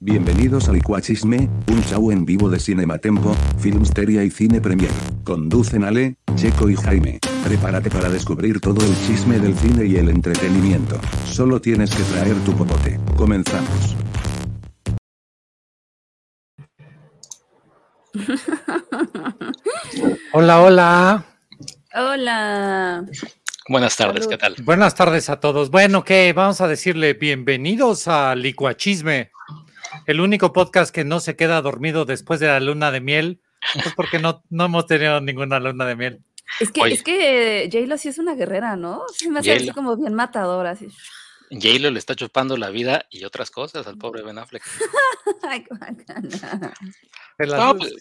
Bienvenidos a Licuachisme, un show en vivo de Cinematempo, Filmsteria y Cine Premier. Conducen Ale, Checo y Jaime. Prepárate para descubrir todo el chisme del cine y el entretenimiento. Solo tienes que traer tu popote. Comenzamos. Hola, hola. Hola. Buenas tardes, ¿qué tal? Buenas tardes a todos. Bueno, ¿qué? Vamos a decirle bienvenidos a Licuachisme, el único podcast que no se queda dormido después de la luna de miel, pues porque no, no hemos tenido ninguna luna de miel. Es que, Oye. es que eh, J-Lo sí es una guerrera, ¿no? Sí me hace así J-Lo. como bien matadora. Así. J-Lo le está chupando la vida y otras cosas al pobre Ben Affleck. Ay, qué bacana. Se la, No, pues,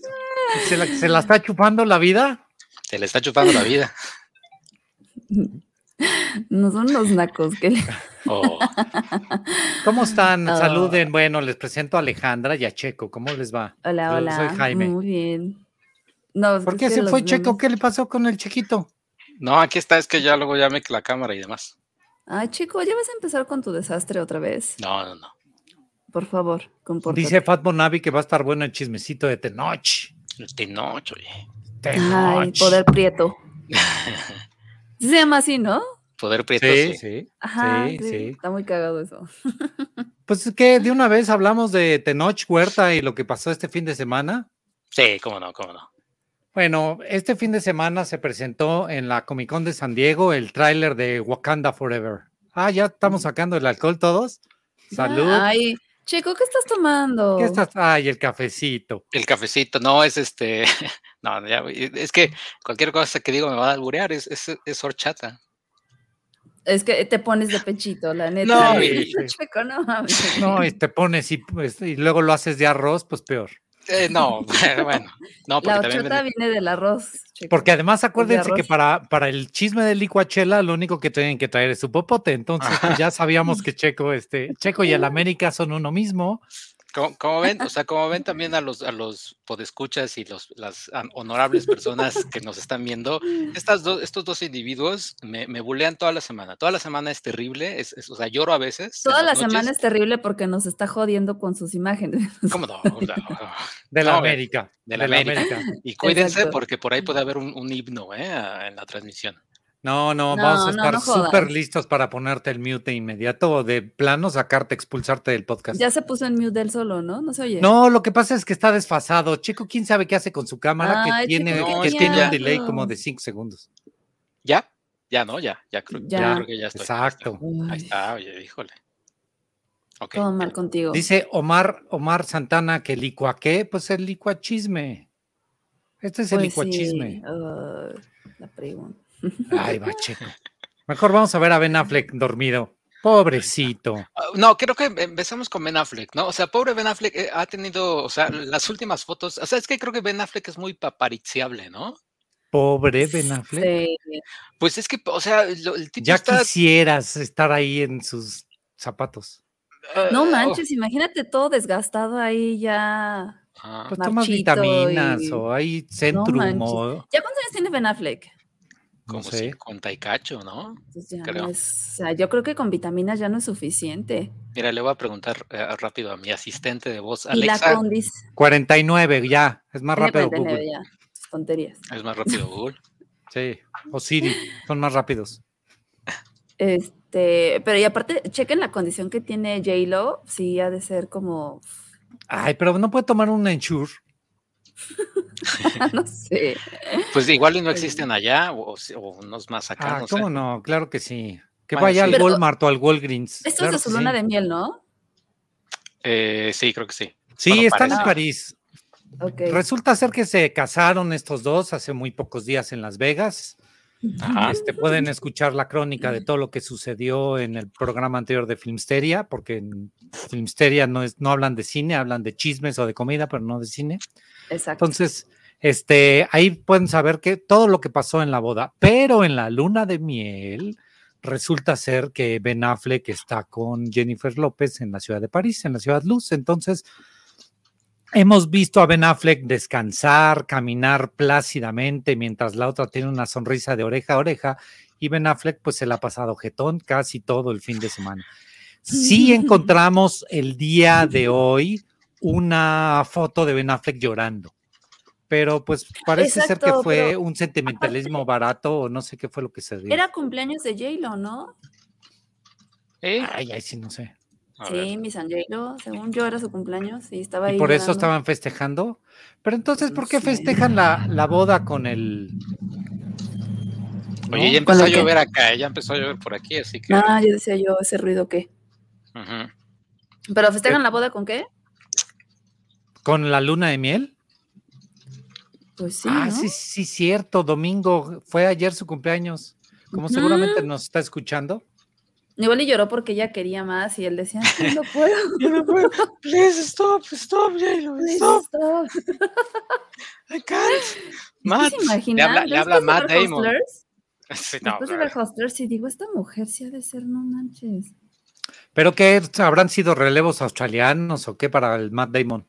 se la- se la está chupando la vida. se le está chupando la vida. No son los nacos que le... Oh, ¿Cómo están? Ah. Saluden. Bueno, les presento a Alejandra y a Checo. ¿Cómo les va? Hola, Yo hola. soy Jaime. Muy bien. No, es ¿Por que qué sí, se los fue Checo? memes. ¿Qué le pasó con el chiquito? no, aquí está, es que ya luego ya me la cámara y demás. Ay, Checo, ya vas a empezar con tu desastre otra vez. No, no, no. Por favor, compórtate. Dice Fat Bonavi que va a estar bueno el chismecito de Tenoch. Tenoch, oye. Ay, Tenoch. poder prieto. Sí Se llama así, ¿no? Poder prieto. Sí, Sí, sí. Ajá. Sí, Sí, sí. Está muy cagado eso. Pues es que de una vez hablamos de Tenoch Huerta y lo que pasó este fin de semana. Sí, cómo no, cómo no. Bueno, este fin de semana se presentó en la Comic Con de San Diego el tráiler de Wakanda Forever. Ah, ya estamos sacando el alcohol todos. Salud. Ay, Checo, ¿qué estás tomando? oh. ¿Qué estás? Ay, el cafecito. El cafecito, no, es este. No, ya, es que cualquier cosa que digo me va a alburear, es, es, es horchata. Es que te pones de pechito, la neta. No, y- Checo, no mames. No, y te pones y, pues, y luego lo haces de arroz, pues peor. Eh, no, bueno, no, porque la también. horchata ven- viene del arroz. Checo. Porque además acuérdense que arroz. para, para el chisme de licuachela lo único que tienen que traer es su popote. Entonces pues, ya sabíamos que Checo, este, Checo y el América son uno mismo. Como, como ven, o sea, como ven también a los a los podescuchas y los las ah, honorables personas que nos están viendo, estas dos, estos dos individuos me, me bulean toda la semana. Toda la semana es terrible, es, es- o sea, lloro a veces. en Toda la las semana noches. es terrible porque nos está jodiendo con sus imágenes. ¿Cómo no? O sea, ah, De la No, ve, América. de la América. Y cuídense Exacto. porque por ahí puede haber un, un himno ¿eh? a- en la transmisión. No, no, No, vamos a no, estar no jodas. súper listos para ponerte el mute de inmediato o de plano sacarte, expulsarte del podcast. Ya se puso en mute del solo, ¿no? No se oye. No, lo que pasa es que está desfasado. Chico, quién sabe qué hace con su cámara Ay, que tiene, chico, que qué tiene un miedo. delay como de 5 segundos. ¿Ya? Ya, ¿no? Ya, ya creo, ya Ya. creo que ya estoy. ya estoy. Exacto. Ahí Ay, está, oye, híjole. Ok. Mm, todo mal contigo. Dice Omar, Omar Santana que licua qué, pues el licuachisme. Este es el Pues sí, licuachisme. ay, la pregunta. Ay, va, Checo. Mejor vamos a ver a Ben Affleck dormido. Pobrecito. Ah, No, creo que em- empezamos con Ben Affleck, ¿no? O sea, pobre Ben Affleck eh, ha tenido, o sea, las últimas fotos, o sea, es que creo que Ben Affleck es muy paparizziable, ¿no? Pobre Ben Affleck. Sí. Pues es que, o sea, lo- el tipo Ya está... quisieras estar ahí en sus zapatos. ah, No oh, manches, imagínate todo desgastado ahí ya. ajá. Pues tomas Marchito vitaminas y- o hay centrum o no ¿Ya cuántos años tiene Ben Affleck? como sé. 50 y cacho, ¿no? Pues ya no Creo. es- o sea, yo creo que con vitaminas ya no es suficiente. Mira, le voy a preguntar eh, rápido a mi asistente de voz, Y la Alexa, condis. 49 ya, es más Tiene rápido 49 Google. ya. Sus tonterías. es más rápido Google. Sí, o Siri, son más rápidos. Este, pero y aparte, chequen la condición que tiene J-Lo, sí ha de ser como, Ay, pero no puede tomar un ensure. no sé. Pues igual y no existen allá, o, o si- o unos más acá, Ah, no sé. cómo no, claro que sí. Que Bueno, vaya sí. al Pero- Walmart o al Walgreens. Esto claro es de su que luna sí. de miel, ¿no? Eh, sí, creo que sí. Sí, Bueno, están en parece. París. Ok. Resulta ser que se casaron estos dos hace muy pocos días en Las Vegas. Ajá. Este, pueden escuchar la crónica de todo lo que sucedió en el programa anterior de Filmsteria, porque en Filmsteria no, es, no hablan de cine, hablan de chismes o de comida, pero no de cine. Exacto. Entonces, este, ahí pueden saber que todo lo que pasó en la boda, pero en la luna de miel resulta ser que Ben Affleck está con Jennifer López en la ciudad de París, en la ciudad Luz. Entonces, hemos visto a Ben Affleck descansar, caminar plácidamente, mientras la otra tiene una sonrisa de oreja a oreja y Ben Affleck pues se la ha pasado jetón casi todo el fin de semana. Sí encontramos el día de hoy una foto de Ben Affleck llorando. Pero pues parece Exacto, ser que fue pero un sentimentalismo barato o no sé qué fue lo que se dio. Era cumpleaños de J-Lo, ¿no? ¿Eh? Ay, ay, sí, no sé. A Sí, ver. mi San J-Lo, según yo era su cumpleaños y estaba ahí. Y por eso llorando. estaban festejando. Pero entonces, ¿por qué Sí. festejan la, la boda con el... Oye, ya ¿No? ¿Con empezó a el qué? llover acá, eh, ya empezó a llover por aquí, así que. Ah, yo decía yo, ese ruido qué. ujú. ¿Pero Eh, festejan la boda con qué? ¿Con la luna de miel? Pues sí. ah, ¿no? sí, sí, cierto. Domingo, fue ayer su cumpleaños. Como seguramente nos está escuchando. Igual y lloró porque ella quería más y él decía, "Ay, no puedo. Ya no puedo. Please stop, stop, J-Lo, stop, Stop. I can't. ¿Qué Matt, se imaginan? le habla, le Yo habla después de Matt ver Damon. Hustlers, Sí, no, eh, Después de ver Hustlers, y digo, esta mujer sí ha de ser, no manches. ¿Pero qué? ¿Habrán sido relevos australianos o qué para el Matt Damon?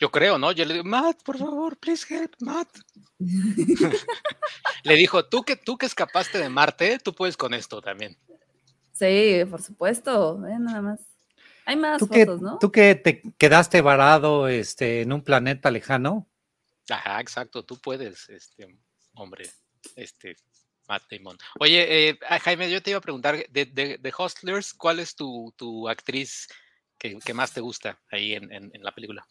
yo creo, ¿no? Yo le digo, Matt, por favor, please help, Matt. le dijo, tú que, tú que escapaste de Marte, tú puedes con esto también. Sí, por supuesto, eh, nada más. Hay más ¿Tú que, fotos, ¿no? tú que te quedaste varado este, en un planeta lejano, Ajá, exacto, tú puedes, este, hombre, este, Matt Damon. Oye, eh, ah, Jaime, yo te iba a preguntar, de, de, de Hustlers, ¿cuál es tu, tu actriz que, que más te gusta ahí en, en- en la película?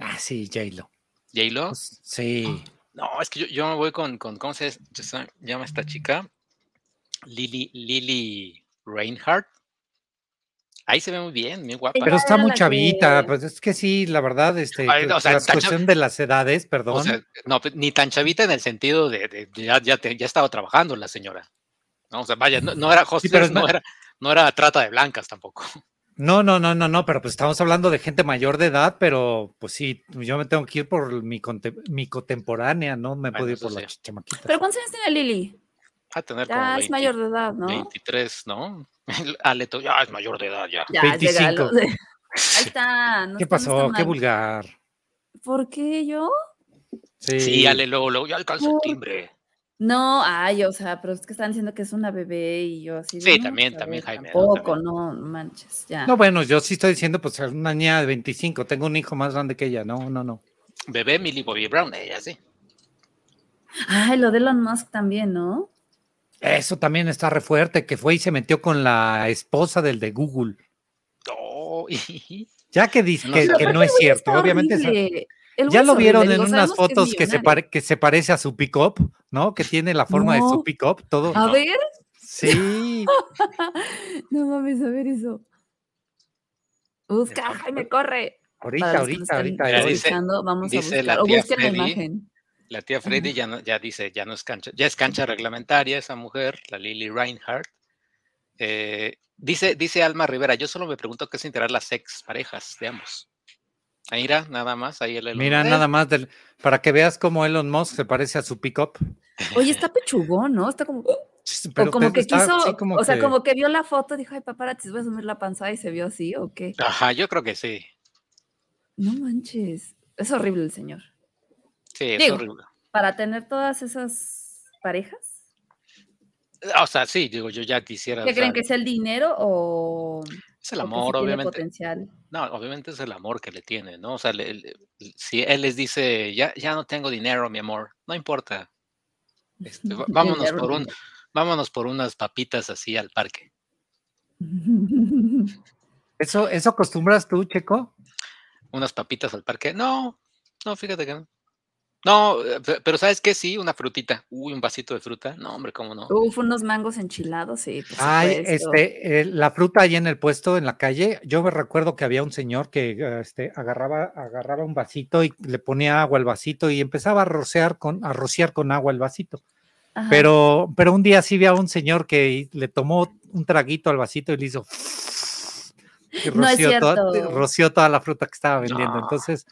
ah, sí, J-Lo. ¿J-Lo? Pues, sí. No, es que yo, yo me voy con, con ¿cómo se se llama esta chica? Lily, Lily Reinhardt. Ahí se ve muy bien, muy guapa. Pero está era muy la que- chavita, pues es que sí, la verdad, este, Ay, cu- o sea, la está chav- cuestión de las edades, perdón. O sea, no, pe- ni tan chavita en el sentido de, de- de ya, ya, te- ya estaba trabajando la señora. No, o sea, vaya, no, no era hostel, es no, na- era, no era trata de blancas tampoco. no, no, no, no, no, pero pues estamos hablando de gente mayor de edad, pero pues sí, yo me tengo que ir por mi, contem- mi contemporánea, ¿no? Me Bueno, puedo ir eso por la sí. ch- chamaquita. ¿Pero cuántos años tiene Lili? Va a tener como Ya 20, Ah, es mayor de edad, ¿no? 23, ¿no? Aleto, ya es mayor de edad, ya. Ya, es de galo. 25. Ahí está. no ¿Qué está- no está pasó? Qué mal. vulgar. ¿Por qué yo? Sí, Sí, Ale, luego, luego, ya alcanza el Por- timbre. No, ay, o sea, pero es que están diciendo que es una bebé y yo así. de, Sí, no, también, pues, a también, ver, Jaime, ¿no? Tampoco, no, manches, ya. No, bueno, yo sí estoy diciendo, pues, una niña de 25, tengo un hijo más grande que ella, no, no, no. Bebé Millie Bobby Brown, ella sí. Ay, lo de Elon Musk también, ¿no? Eso también está re fuerte, que fue y se metió con la esposa del de Google. No, Ya que dice No que, sé. que no es cierto, obviamente. esa- ya lo vieron en unas fotos que, se parecen. pare- que se parece a su pick-up, ¿no? Que tiene la forma de su No. Ah. pick-up, todo. A ¿no? ver, Sí. no mames, a ver eso. Busca, Jaime, corre. Ahorita, Para los que nos ahorita, ahorita. ahorita. están Mira, dice- escuchando, vamos a dice la buscar. O tía busquen la Freddy. imagen. La tía Freddy ya, no- ya dice, ya no es cancha, ya es cancha reglamentaria esa mujer, la Lily Reinhardt. Eh, dice, dice Alma Rivera, yo solo me pregunto qué sentirán las ex parejas de ambos. Ahí irá, nada más, ahí el Elon Mira, Musk. nada más del, para que veas cómo Elon Musk se parece a su pick-up. Oye, está pechugón, ¿no? Está como. Pero o como te- que está- quiso. sí, como o sea, que- como que vio la foto, dijo, ay, paparazzi, voy a asumir la panza y se vio así, ¿o qué? Eh, Ajá, yo creo que sí. No manches. Es horrible el señor. Sí, es Digo. horrible. Para tener todas esas parejas. O sea, sí, digo, yo ya quisiera. ¿Qué o creen sea, que es el dinero o.? Es el o que sí amor, tiene obviamente. potencial? No, obviamente es el amor que le tiene, ¿no? O sea, le- le- si él les dice, ya, ya no tengo dinero, mi amor, no importa. Este, va- vámonos, por un, vámonos por unas papitas así al parque. un. ¿Eso, ¿Eso acostumbras tú, Checo? ¿Unas papitas al parque? No, no, fíjate que no. No, eh, pe- pero ¿sabes qué? Sí, una frutita. Uy, un vasito de fruta. No, hombre, ¿cómo no? Uf, unos mangos enchilados, sí. por Ay, supuesto. este, eh, la fruta ahí en el puesto, en la calle. Yo me recuerdo que había un señor que eh, este, agarraba, agarraba un vasito y le ponía agua al vasito y empezaba a rociar con, a rociar con agua el vasito. Ajá. Pero, pero un día sí vi a un señor que le tomó un traguito al vasito y le hizo. y No toda, es cierto. roció toda la fruta que estaba vendiendo. No. Entonces,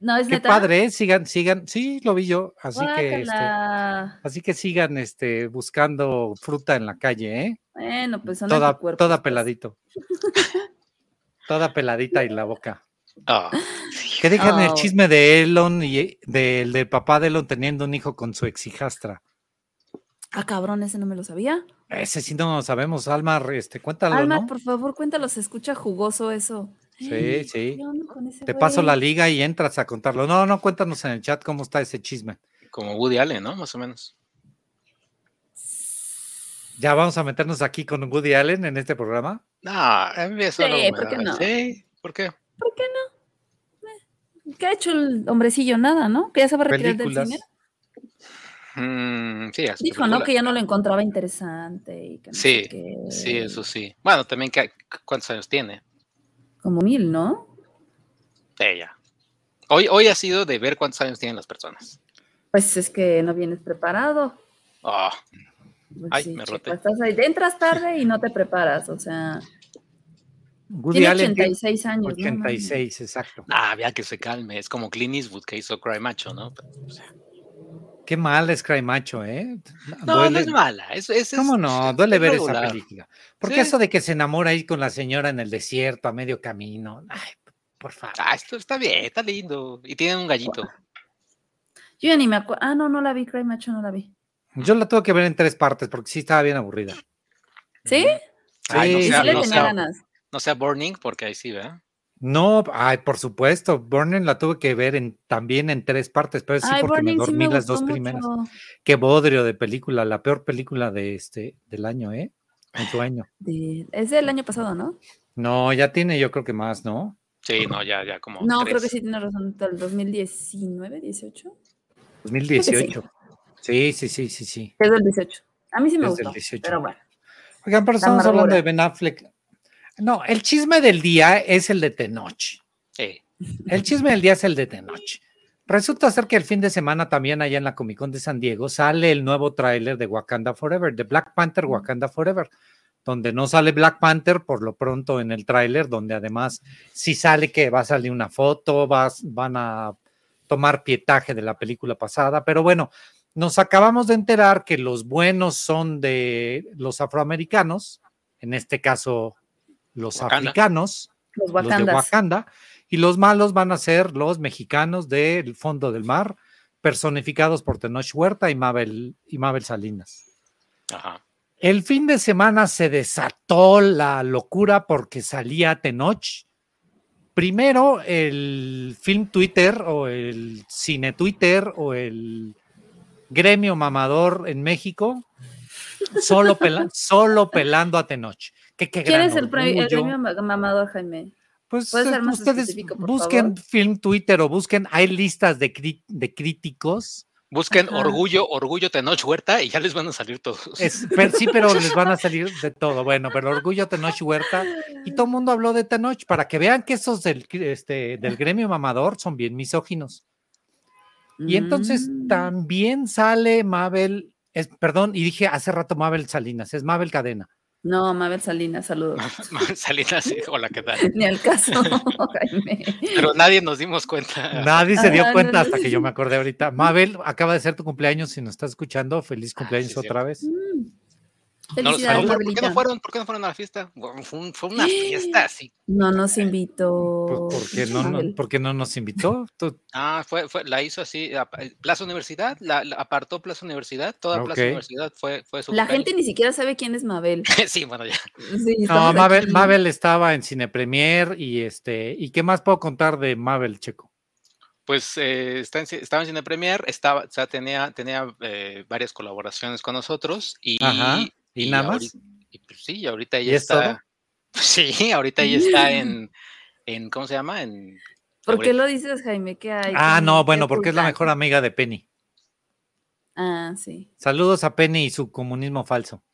No, es qué neta. padre, ¿eh? sigan, sigan. Sí, lo vi yo. Así que, este, Guácala. así que sigan este, buscando fruta en la calle, ¿eh? Bueno, pues son toda, anticuerpos, toda pues. peladito. toda peladita y la boca. Ah, Que dejan el Oh. chisme de Elon y del del papá de Elon teniendo un hijo con su exhijastra. Ah, cabrón, ese no me lo sabía. Ese sí no lo sabemos, Alma, este, cuéntalo, Alma, ¿no? por favor, cuéntalo, se escucha jugoso eso. Sí, sí. ¿Qué onda con ese Te güey? paso la liga y entras a contarlo. No, no, cuéntanos en el chat cómo está ese chisme. Como Woody Allen, ¿no? Más o menos. Ya vamos a meternos aquí con Woody Allen en este programa. No, a mí eso no Sí, me ¿por qué da- no? Sí, ¿por qué? ¿Por qué no? Eh, ¿Qué ha hecho el hombrecillo? Nada, ¿no? Que ya se va a retirar Películas. del cine. Mm, sí, hasta Dijo, ¿no? película. Que ya no lo encontraba interesante. Y que eh no sé Sí, qué. Sí, eso sí. Bueno, también, que- ¿cuántos años tiene? Como mil, ¿no? Ella. Hoy, hoy ha sido de ver cuántos años tienen las personas. Pues es que no vienes preparado. Ah, Pues Ay, sí, me chico, roté. estás ahí- entras tarde y no te preparas, o sea, Woody tiene Allen tiene 86 años. no mames. 86, exacto. ah, ya que se calme. Es como Clint Eastwood que hizo Cry Macho, ¿no? Qué mal es Cry Macho, ¿eh? No, Duele. no es mala. Es, es, es- ¿Cómo no? Duele ver esa regular. película. Porque Sí. eso de que se enamora ahí con la señora en el desierto, a medio camino. Ay, por favor. Ah, esto está bien, está lindo. Y tienen un gallito. Yo ya ni me acuerdo. Ah, no, no la vi, Cry Macho, no la vi. Yo la tuve que ver en tres partes porque sí estaba bien aburrida. ¿Sí? Ay, no Y Sí, sí sea- le no tenía sea- ganas. No sea Burning, porque ahí sí, ¿verdad? No, ay, por supuesto, Burning la tuve que ver en, también en tres partes, pero sí Ay, porque Burning me sí dormí me las gustó dos mucho. primeras. Qué bodrio de película, la peor película de este del año, ¿eh? En tu año. De- Es del año pasado, ¿no? No, ya tiene yo creo que más, ¿no? Sí, no, ya, ya como. No, creo que tres. sí tiene razón. Del 2019, 18. 2018. Sí, sí, sí, sí, sí. Es del 18. A mí sí me Es del gustó. 18. Pero bueno. Oigan, pero estamos amargura. hablando de Ben Affleck. No, el chisme del día es el de Tenoch. Sí. El chisme del día es el de Tenoch. Resulta ser que el fin de semana también allá en la Comic Con de San Diego sale el nuevo tráiler de Wakanda Forever, de Black Panther Wakanda Forever, donde no sale Black Panther por lo pronto en el tráiler, donde además si sale que va a salir una foto, vas- van a tomar pietaje de la película pasada, pero bueno, nos acabamos de enterar que los buenos son de los afroamericanos, en este caso los Wakanda. africanos Los los de Wakandas. Wakanda, y los malos van a ser los mexicanos del fondo del mar, personificados por Tenoch Huerta y Mabel, y Mabel Salinas. Ajá. El fin de semana se desató la locura porque salía Tenoch. Primero, el film Twitter o el cine Twitter o el gremio mamador en México, solo, pela- solo pelando a Tenoch. Que, qué ¿Quién gran es el, pre- el orgullo. premio ma- mamador, Jaime? Pues ¿Puede eh, ser más ustedes específico, por busquen favor? film Twitter o busquen, hay listas de, cri- de críticos. Busquen Ajá. Orgullo, Orgullo Tenoch Huerta y ya les van a salir todos. Es- pero sí, pero les van a salir de todo. Bueno, pero orgullo Tenoch Huerta. Y todo el mundo habló de Tenoch para que vean que esos del, cri- este, del gremio mamador son bien misóginos. Y entonces Mm. también sale Mabel, es, perdón, y dije hace rato Mabel Salinas, es Mabel Cadena. No, Mabel Salinas, saludos. Ah. Salinas, sí, hola, ¿qué tal? Ni al caso, Jaime. Pero nadie nos dimos cuenta. Nadie se dio Ah, no, cuenta no. hasta que yo me acordé ahorita. Mabel, acaba de ser tu cumpleaños, si nos estás escuchando, feliz Ah, sí, cumpleaños otra cierto. vez. Mm. No los Felicidades, saludaron. ¿Por qué no Mabelita. fueron? ¿Por qué no fueron a la fiesta? Bueno, Fue, un- fue una fiesta así. No nos invitó. Pues porque no, no- Mabel. porque no nos invitó. Tú- Ah, fue, fue, la hizo así. a- eh, Plaza Universidad, la, la apartó Plaza Universidad, toda Plaza Ok. Universidad fue, fue su La cumpleaños. gente ni siquiera sabe quién es Mabel. sí, bueno, ya. Sí, No, estamos Mabel, aquí. Mabel estaba en Cine Premier y este, ¿y qué más puedo contar de Mabel Checo? Pues eh, está en ci- estaba en Cine Premier, estaba, o sea, tenía, tenía eh, varias colaboraciones con nosotros y, Ajá, ¿y nada más? ahorita- y pues sí, y ahorita ¿Y ella es todo? está. Sí, ahorita ella está en, en ¿cómo se llama? En ¿Por qué ahorita- lo dices, Jaime? ¿Qué hay? Ah, ¿Qué- no, qué bueno, porque es la ocultar? mejor amiga de Penny. Ah, sí. Saludos a Penny y su comunismo falso.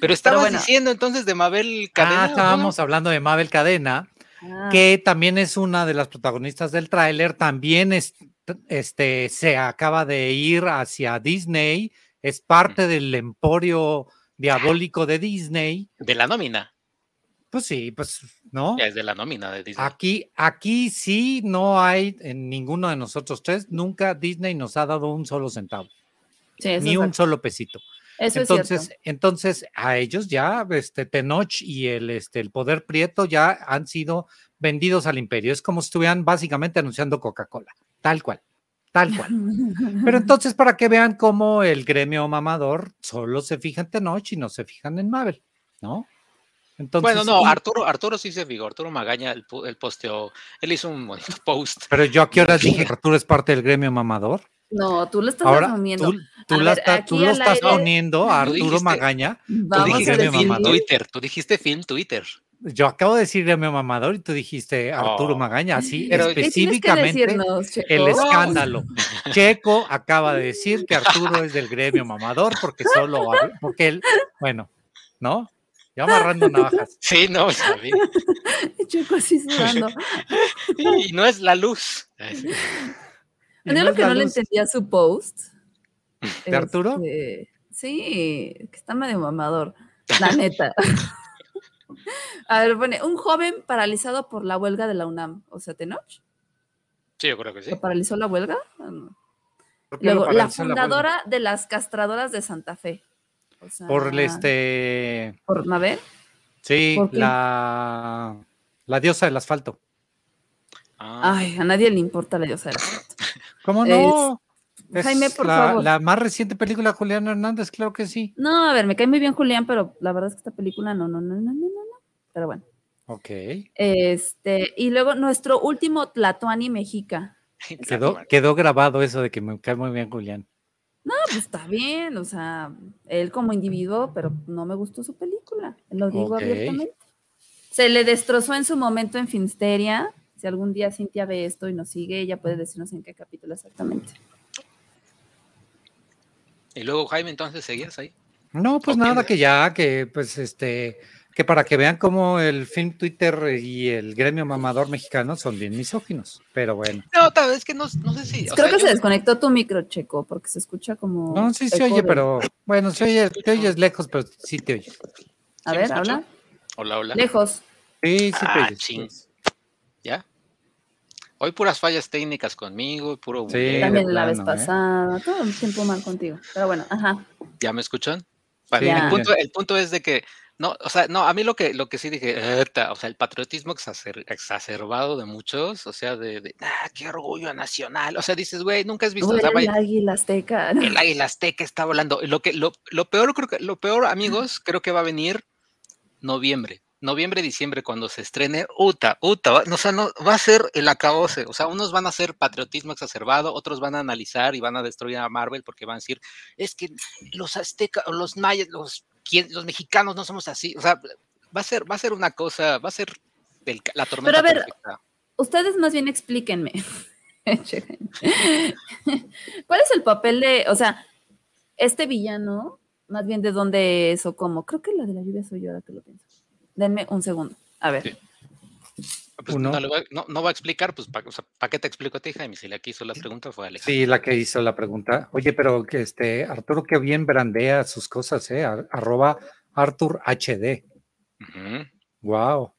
Pero estabas bueno. diciendo entonces de Mabel Cadena. Ah, ¿o cómo? estábamos hablando de Mabel Cadena, Ah, que también es una de las protagonistas del tráiler, también es, este, se acaba de ir hacia Disney, es parte del emporio diabólico de Disney. De la nómina. Pues sí, pues, ¿no? Ya es de la nómina de Disney. Aquí, aquí sí no hay en ninguno de nosotros tres, nunca Disney nos ha dado un solo centavo, sí, eso, ni es, un verdad. solo pesito. Eso es cierto. entonces, entonces a ellos ya, este Tenoch y el, este, el poder prieto ya han sido vendidos al imperio. Es como si estuvieran básicamente anunciando Coca-Cola, tal cual, tal cual. Pero entonces para que vean cómo el gremio mamador solo se fija en Tenoch y no se fijan en Mabel, ¿no? Entonces, bueno, no, y- Arturo, Arturo sí se vigor, Arturo Magaña, el, pu- él posteó, él hizo un bonito post. Pero yo a qué horas dije que Arturo es parte del gremio mamador. No, tú lo estás Ahora asumiendo. tú, tú A la ver, está- tú aquí lo al estás aire- poniendo a Tú Arturo dijiste- Magaña. Tú Vamos a dijiste gremio film mamador. definir. Twitter, tú dijiste film Twitter. Yo acabo de decir gremio mamador y tú dijiste Arturo Oh. Magaña, así Pero- ¿Qué tienes que específicamente decirnos, Checo? el escándalo. Checo acaba de decir que Arturo es del gremio mamador porque solo habla- porque él, bueno, ¿no? Ya amarrando navajas. Sí, no, ya vi. Checo así sudando. y no es la luz. Y Yo no lo es que la no le luz. entendía a su post. ¿De Arturo? este, Sí, que está medio mamador, la neta. A ver, pone, un joven paralizado por la huelga de la UNAM, o sea, Tenoch, Sí, yo creo que sí. ¿lo paralizó la huelga? Ah, no. ¿Por qué lo Luego, la paralizó la huelga? fundadora de las castradoras de Santa Fe. o sea, por el, este, Por Mabel. sí, ah. ¿Por qué? la la diosa del asfalto. Ah, Ay, a nadie le importa la diosa de la ¿Cómo no? Es Jaime, por la, favor. la más reciente película de Julián Hernández, claro que sí. No, a ver, me cae muy bien Julián, pero la verdad es que esta película no, no, no, no, no, no, no. Pero bueno. Ok. Este, y luego nuestro último Tlatoani Mexica. Quedó, Catwoman. quedó grabado eso de que me cae muy bien Julián. No, pues está bien, o sea, él como individuo, pero no me gustó su película, lo digo Ok. abiertamente. Se le destrozó en su momento en Finsteria. Si algún día Cintia ve esto y nos sigue, ella puede decirnos en qué capítulo exactamente. Y luego Jaime, entonces seguías ahí. No, pues Ok, nada, mira. que ya, que pues este, que para que vean cómo el film Twitter y el gremio mamador mexicano son bien misóginos. Pero bueno, No, tal vez que no, no sé si. o Creo sea, que yo- se desconectó tu micro, Checo, porque se escucha como. no, sí se eco oye, de- pero bueno, se oye, te oyes lejos, pero sí te oyes. A ¿Sí me ver, escucho? habla. Hola, hola. Lejos. Sí, sí te Ah, oyes. ching. ¿Ya? Hoy puras fallas técnicas conmigo, puro. Sí. bullero. También de la vez plano, ¿eh? pasada, todo el tiempo mal contigo. Pero bueno, ajá. ¿Ya me escuchan? Bueno, Sí, ya. el, punto, el punto es de que, no, o sea, no, a mí lo que, lo que sí dije, "Eta", o sea, el patriotismo exacer- exacerbado de muchos, o sea, de, de, ah, qué orgullo nacional, o sea, dices, güey, nunca has visto, o Huele sea, el vaya, águila azteca. el águila azteca está volando. Lo, que, lo, lo peor, creo que, lo peor, amigos, creo que va a venir noviembre. Noviembre, diciembre, cuando se estrene Uta, Uta, va- o sea, no, va a ser el acabose. O sea, unos van a hacer patriotismo exacerbado, otros van a analizar y van a destruir a Marvel porque van a decir, es que los aztecas, los mayas, los, quien- los mexicanos no somos así. O sea, va a ser, va a ser una cosa, va a ser el ca- la tormenta ver, perfecta. Ustedes más bien explíquenme. ¿Cuál es el papel de, o sea, este villano, más bien de dónde es o cómo? Creo que la de la lluvia soy yo ahora que lo pienso. Denme un segundo. A ver. Sí. Pues, uno. no, le voy a- no- no va a explicar, pues, ¿para qué te explico a ti, Jaime? Si le quiso la pregunta fue Alejandro. Sí, la que hizo la pregunta. Oye, pero que este, Arturo, qué bien brandea sus cosas, ¿eh? Ar- Arroba Arthur HD. Ujú. Wow.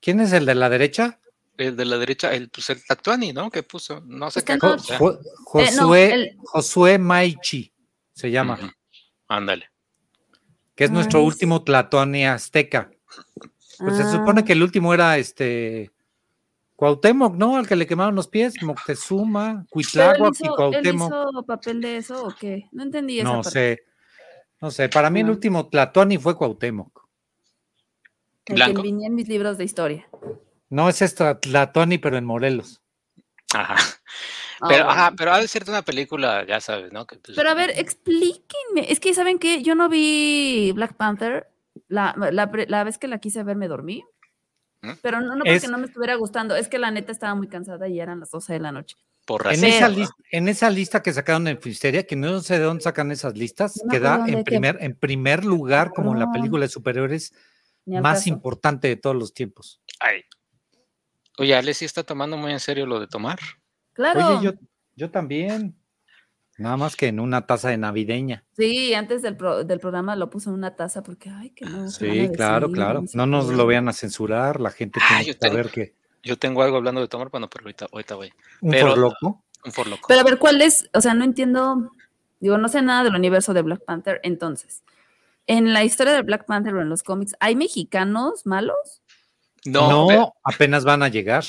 ¿Quién es el de la derecha? El de la derecha, el, pues el Tatuani, ¿no? Que puso, no sé Está qué en Jo- cosa. Jo- Eh, Josué, Josué Maichi se llama, Ujú. Ándale. que es Ah, nuestro es- último Tlatoani azteca. Pues Ah. se supone que el último era este Cuauhtémoc, ¿no? Al que le quemaron los pies, Moctezuma, ¿Pero él Cuitláhuac y hizo, él Cuauhtémoc. hizo papel de eso o qué? No entendí esa No parte. sé, no sé. Para mí el Ah. último Tlatoani fue Cuauhtémoc. El que Blanco. venía en mis libros de historia. No es esta Tlatoani, pero en Morelos. Ajá. Ah, Pero, bueno. ajá, pero ha de ser de una película, ya sabes, ¿no? Que, pues, Pero a ver, eh, explíquenme. Es que, ¿saben qué? Yo no vi Black Panther. La, la pre- la vez que la quise ver me dormí. ¿Mm? Pero no, no porque Es- no me estuviera gustando. Es que la neta estaba muy cansada y eran las 12 de la noche. por En racismo. esa, ¿no? lista, en esa lista que sacaron en Filsteria, que no sé de dónde sacan esas listas, No me queda acuerdo en dónde, que- primer, en primer lugar como la Cabrón. película de superhéroes Ni al más caso. importante de todos los tiempos. Ay. Oye, Ale sí está tomando muy en serio lo de tomar. Claro. Oye, yo, yo también. Nada más que en una taza de navideña. Sí, antes del, pro- del programa lo puse en una taza porque, ay, que no. ¿qué van a Sí, claro, decir? claro. sé No nos qué. lo vean a censurar, la gente Ah, tiene yo que saber que Yo tengo algo hablando de tomar, bueno, pero ahorita, ahorita voy. un Pero- por loco. Un forloco. Pero a ver, ¿cuál es? O sea, no entiendo. Digo, no sé nada del universo de Black Panther. Entonces, en la historia de Black Panther o en los cómics, ¿hay mexicanos malos? no, No, Pero, apenas van a llegar.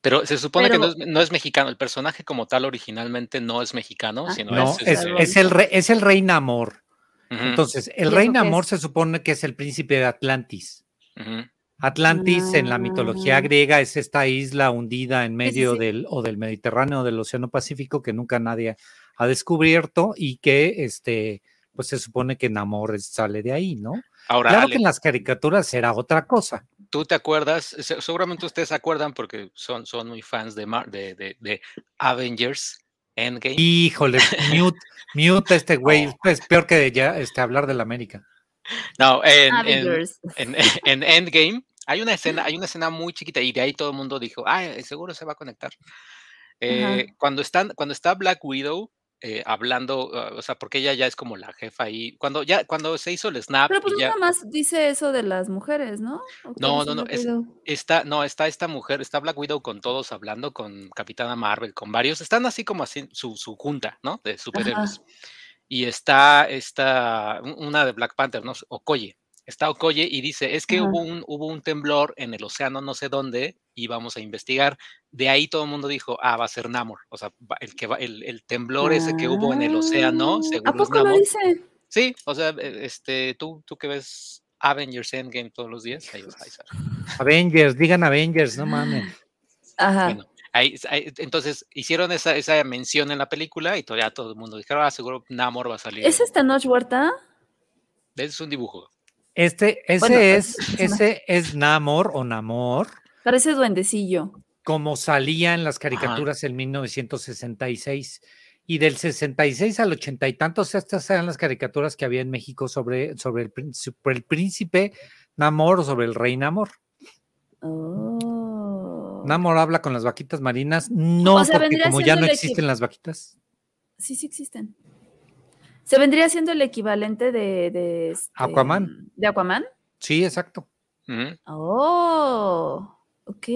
pero se supone que Pero- no es, no es mexicano. El personaje como tal originalmente no es mexicano, Ah, sino No, es... Mm. es, este, algo- es el rey, es el rey Namor. ujú. Entonces, ¿Y el eso rey qué Namor es? se supone que es el príncipe de Atlantis. Ujú. Atlantis en la mitología Ah. griega es esta isla hundida en medio sí. del o del Mediterráneo o del Océano Pacífico que nunca nadie ha descubierto y que este pues se supone que Namor es- sale de ahí, ¿no? Ahora, Claro Ale, que en las caricaturas era otra cosa. tú te acuerdas, Se- seguramente ustedes se acuerdan porque son, son muy fans de, Mar- de, de- de Avengers Endgame. Híjole, mute, mute a este güey, No. es peor que ya este hablar de la América. no, en, en- Avengers. en, en Endgame hay una escena, hay una escena muy chiquita y de ahí todo el mundo dijo, ah, seguro se va a conectar. Eh, cuando están, cuando está Black Widow eh, hablando, uh, o sea, porque ella ya es como la jefa ahí. Cuando ya, cuando se hizo el snap, Pero pues Ah, y ya nada más dice eso de las mujeres, ¿no? ¿O cuál No, es no, el no, es- rápido? está, no, está esta mujer, está Black Widow con todos hablando, con Capitana Marvel, con varios, están así como así su, su junta, ¿no? De superhéroes. Y está esta, un- una de Black Panther, ¿no? Okoye. Está Okoye y dice, es que Ajá. hubo un, hubo un temblor en el océano no sé dónde y vamos a investigar. De ahí todo el mundo dijo, ah, va a ser Namor. O sea, va- el, que va, el, el temblor ese que hubo en el océano, Ah, ¿A seguro es poco lo Namor. dice? Sí, o sea, e- este, tú, tú que ves Avengers Endgame todos los días, ahí vas, ahí sale. Avengers, digan Avengers, no mames. Ajá. Bueno, ahí- ahí- entonces hicieron esa, esa mención en la película y todavía todo el mundo dijeron, ah, seguro Namor va a salir. ¿Es en- esta noche Huerta? es un dibujo. Este, ese Bueno, es, es- ese es Namor o Namor. Parece duendecillo. como salía en las caricaturas en 1966. Y del 66 al 80 y tantos, estas eran las caricaturas que había en México sobre, sobre, el, prín- sobre el príncipe Namor o sobre el rey Namor. Oh. Namor habla con las vaquitas marinas, no O sea, porque vendría como ya no siendo el equi- existen las vaquitas. Sí, sí existen. Se vendría siendo el equivalente de. de, este, Aquaman. ¿De Aquaman? Sí, exacto. Ujú, Oh, ok.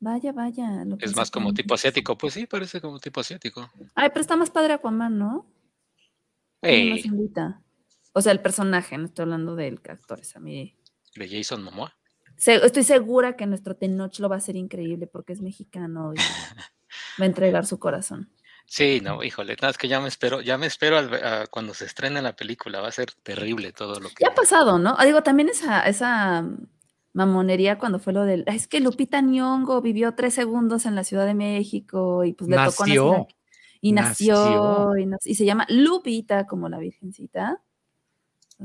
Vaya, vaya. lo Es pensé más como con- tipo asiático. Pues sí, parece como tipo asiático. Ay, pero está más padre Aquaman, ¿no? Tiene más Ey, ondita. O sea, el personaje, no estoy hablando del que actores. A mí. de Jason Momoa. Se- estoy segura que nuestro Tenoch lo va a hacer increíble porque es mexicano y va a entregar su corazón. Sí, no, híjole, no, es que ya me espero, ya me espero al ve- a cuando se estrene la película, va a ser terrible todo lo que... Ya ha pasado, ¿no? Ah, Digo, también esa, esa mm, mamonería cuando fue lo del. "Ah, Es que Lupita Nyongo vivió tres segundos en la Ciudad de México y pues le tocó nacer Nació. aquí". Y nació, nació. Y, nac- y se llama Lupita como la Virgencita.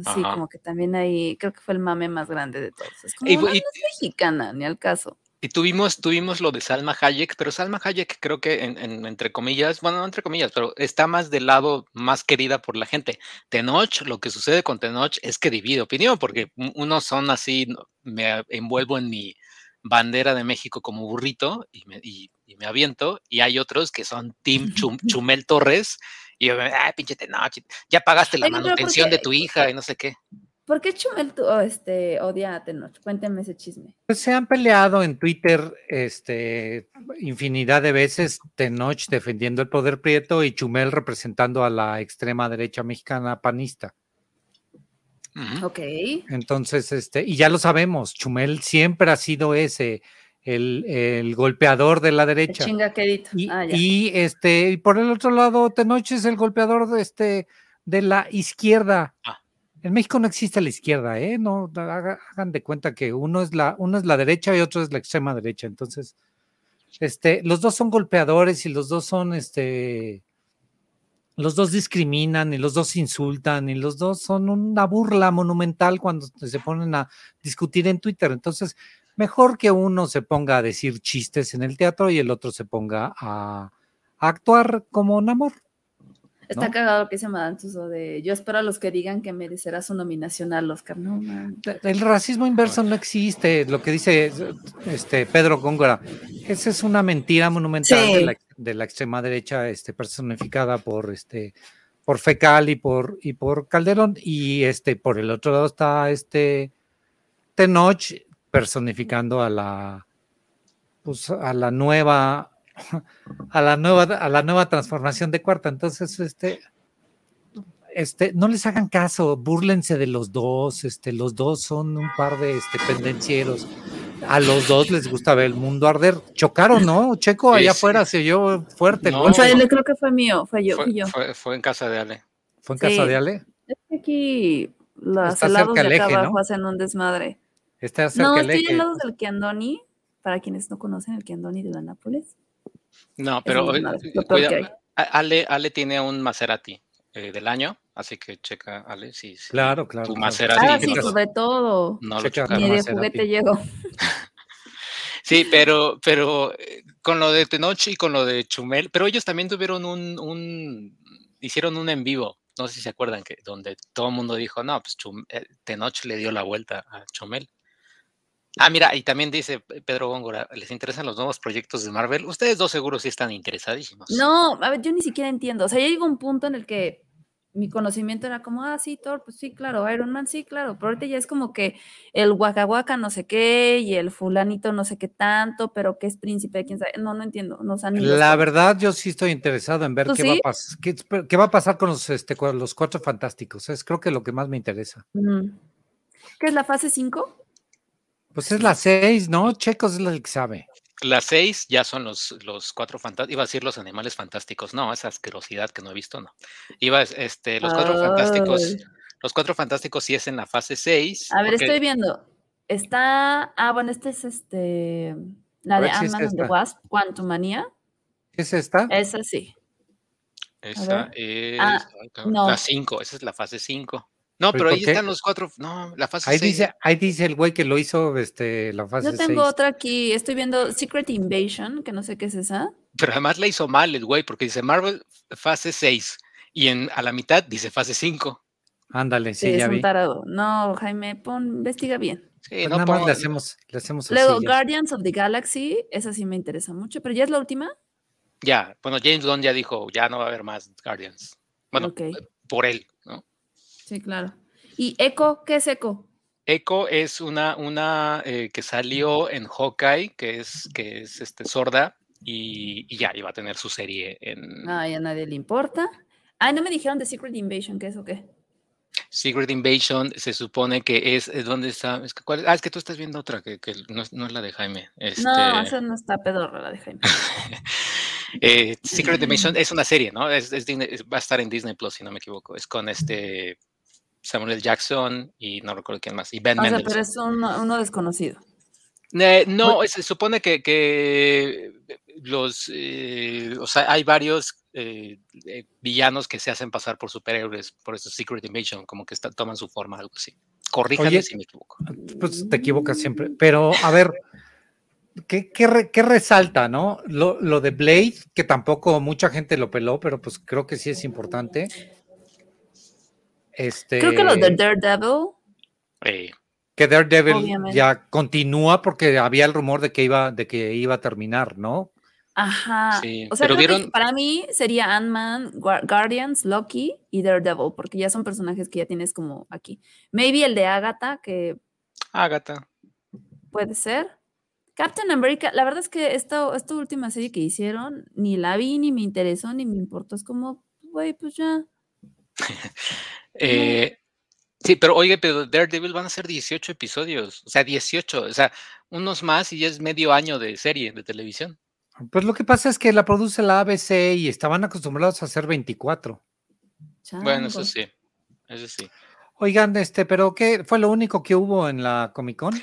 Así Ajá. como que también ahí creo que fue el mame más grande de todos. Es como, Y- "No, no y- es mexicana, ni al caso. Y tuvimos, tuvimos lo de Salma Hayek, pero Salma Hayek creo que en, en- entre comillas, bueno, no entre comillas, pero está más del lado más querida por la gente. Tenoch, lo que sucede con Tenoch es que divide opinión, porque un- unos son así, no, me envuelvo en mi bandera de México como burrito y me, y- y me aviento, y hay otros que son Team Chum- Chumel Torres, y yo, ay, pinche Tenoch, ya pagaste la Oye, pero ¿por manutención de qué? tu hija y no sé qué. ¿Por qué Chumel tu- o este, odia a Tenoch? Cuénteme ese chisme. Pues se han peleado en Twitter este, infinidad de veces, Tenoch defendiendo el poder prieto y Chumel representando a la extrema derecha mexicana panista. Ujú. Ah, Ok. Entonces, este, y ya lo sabemos, Chumel siempre ha sido ese, el, el golpeador de la El derecha. chingaquedito. Y, Ah, ya. y, este, y por el otro lado, Tenoch es el golpeador de este de la izquierda. Ah. En México no existe la izquierda, ¿eh? No da- haga- hagan de cuenta que uno es la, uno es la derecha y otro es la extrema derecha. Entonces, este, los dos son golpeadores y los dos son este. Los dos discriminan y los dos insultan y los dos son una burla monumental cuando se ponen a discutir en Twitter. Entonces, mejor que uno se ponga a decir chistes en el teatro y el otro se ponga a, a actuar como Namor. Está ¿no? cagado lo que dice Madame Tussauds de yo espero a los que digan que merecerá su nominación al Oscar. No, man. El racismo inverso no existe, lo que dice este Pedro Góngora. Esa es una mentira monumental de, Sí. la, de la extrema derecha, este, personificada por este por Fecal y por y por Calderón. Y este, por el otro lado está este Tenoch personificando a la pues, a la nueva a la nueva a la nueva transformación de cuarta. Entonces, este este, no les hagan caso, búrlense de los dos, este, los dos son un par de este, pendencieros. A los dos les gusta ver el mundo arder. Chocaron, ¿no? Checo, Sí, allá sí. afuera se oyó fuerte. el No, golpe. Fue- le- creo que fue mío, fue yo, fui Fue, yo. fue- fue en casa de Ale. Fue en casa sí. de Ale. Es que aquí los Está helados cerca de el acá eje, abajo ¿no? hacen un desmadre. Este No, acérquele estoy que- al lado del Kiandoni, para quienes no conocen el Kiandoni de la Nápoles. No, pero es una- eh, lo peor cuida- que hay. A- Ale, Ale tiene un Maserati eh, del año, así que checa, Ale, si, si Claro, claro. tu claro. Maserati sí, Ah, sí, mientras- sobre todo. no lo Checa. chocaron. Ni de Maserati. juguete llego. Sí, pero, pero eh, con lo de Tenoch y con lo de Chumel, pero ellos también tuvieron un, un- hicieron un en vivo, no sé si se acuerdan, que donde todo el mundo dijo, no, pues Chum- eh, Tenoch le dio la vuelta a Chumel. Ah, mira, y también dice P- Pedro Góngora, ¿les interesan los nuevos proyectos de Marvel? Ustedes dos seguros sí están interesadísimos. No, a ver, yo ni siquiera entiendo. O sea, ya llegó un punto en el que mi conocimiento era como, ah, sí, Thor, pues sí, claro, Iron Man, sí, claro. Pero ahorita ya es como que el Waka Waka no sé qué y el fulanito no sé qué tanto, pero que es príncipe, quién sabe. No, no entiendo. No, o sea, ni los La conozco. verdad, yo sí estoy interesado en ver ¿Tú qué, va a sí? pas- qué, esp- qué va a pasar con los, este, con los cuatro fantásticos. Es creo que lo que más me interesa. Ujú. Mm. ¿Qué es la fase 5? Pues es la seis, ¿no? Checos es la que sabe. Las seis ya son los, los cuatro fantásticos. Iba a decir los animales fantásticos. No, esa asquerosidad que no he visto, no. Iba, a- este, los cuatro fantásticos. Los cuatro fantásticos sí es en la fase seis. A ver, porque- estoy viendo. Está, ah, bueno, este es este, la A de ver si es Ant-Man and the esta. Wasp, Quantumania. ¿Qué es esta? Esa sí. Esa ver. es Ah, ay, cabrón, no. la 5, esa es la fase 5. No, Pero pero ¿por ahí qué? están los cuatro. No, la fase Ahí 6. dice, ahí dice el güey que lo hizo este, la fase Yo seis. tengo otra aquí, estoy viendo Secret Invasion, que no sé qué es esa. Pero además la hizo mal el güey, porque dice Marvel fase 6 y en, a la mitad dice fase 5. Ándale, sí, Sí, ya es un vi. tarado. No, Jaime, pon, investiga bien. Sí, Pues no nada más pongo- le hacemos, le hacemos así. Luego, ya. Guardians of the Galaxy, esa sí me interesa mucho, pero ya es la última. Ya, bueno, James Gunn ya dijo, ya no va a haber más Guardians. Bueno, eh. Ok, por él, ¿no? sí, claro. ¿Y Echo? ¿Qué es Echo? Echo es una, una eh, que salió en Hawkeye, que es, que es este, sorda, y, y ya, y va a tener su serie en Ay, a nadie le importa. Ay, no me dijeron de Secret Invasion, ¿qué es o qué? Secret Invasion. Se supone que es, eh, ¿dónde está? Es que, ¿cuál? Ah, es que tú estás viendo otra, que, que no, es, no es la de Jaime. Este, No, esa no está pedorra la de Jaime. eh, Secret Invasion es una serie, ¿no? Es, es Disney- es- va a estar en Disney Plus, si no me equivoco. Es con este Samuel L. Jackson y no recuerdo quién más. Y Ben O sea, Mendelsohn. pero es uno, uno desconocido. Eh, no, se supone que, que los, eh, o sea, hay varios eh, eh, villanos que se hacen pasar por superhéroes, por eso Secret Invasion, como que está- toman su forma, algo así. Corríjame Oye, si me equivoco. Pues te equivocas siempre. Pero, a ver, ¿qué, qué re- qué resalta, no? Lo, lo de Blade, que tampoco mucha gente lo peló, pero pues creo que sí es importante. Este, Creo que los de Daredevil. Eh, que Daredevil Obviamente. ya continúa porque había el rumor de que iba, de que iba a terminar, ¿no? Ajá. Sí, O sea, pero creo que vieron- para mí sería Ant-Man, Guar- Guardians, Loki y Daredevil, porque ya son personajes que ya tienes como aquí. Maybe el de Agatha, que Agatha. puede ser. Captain America, la verdad es que esta, esta última serie que hicieron, ni la vi, ni me interesó, ni me importó. Es como, güey, pues ya. Eh, sí, pero oye, pero Daredevil van a ser 18 episodios, o sea, 18, o sea, unos más y ya es medio año de serie de televisión. Pues lo que pasa es que la produce la ABC y estaban acostumbrados a hacer 24. Ah, Bueno, eso chango. sí, eso sí. Oigan, este, pero ¿qué fue lo único que hubo en la Comic Con?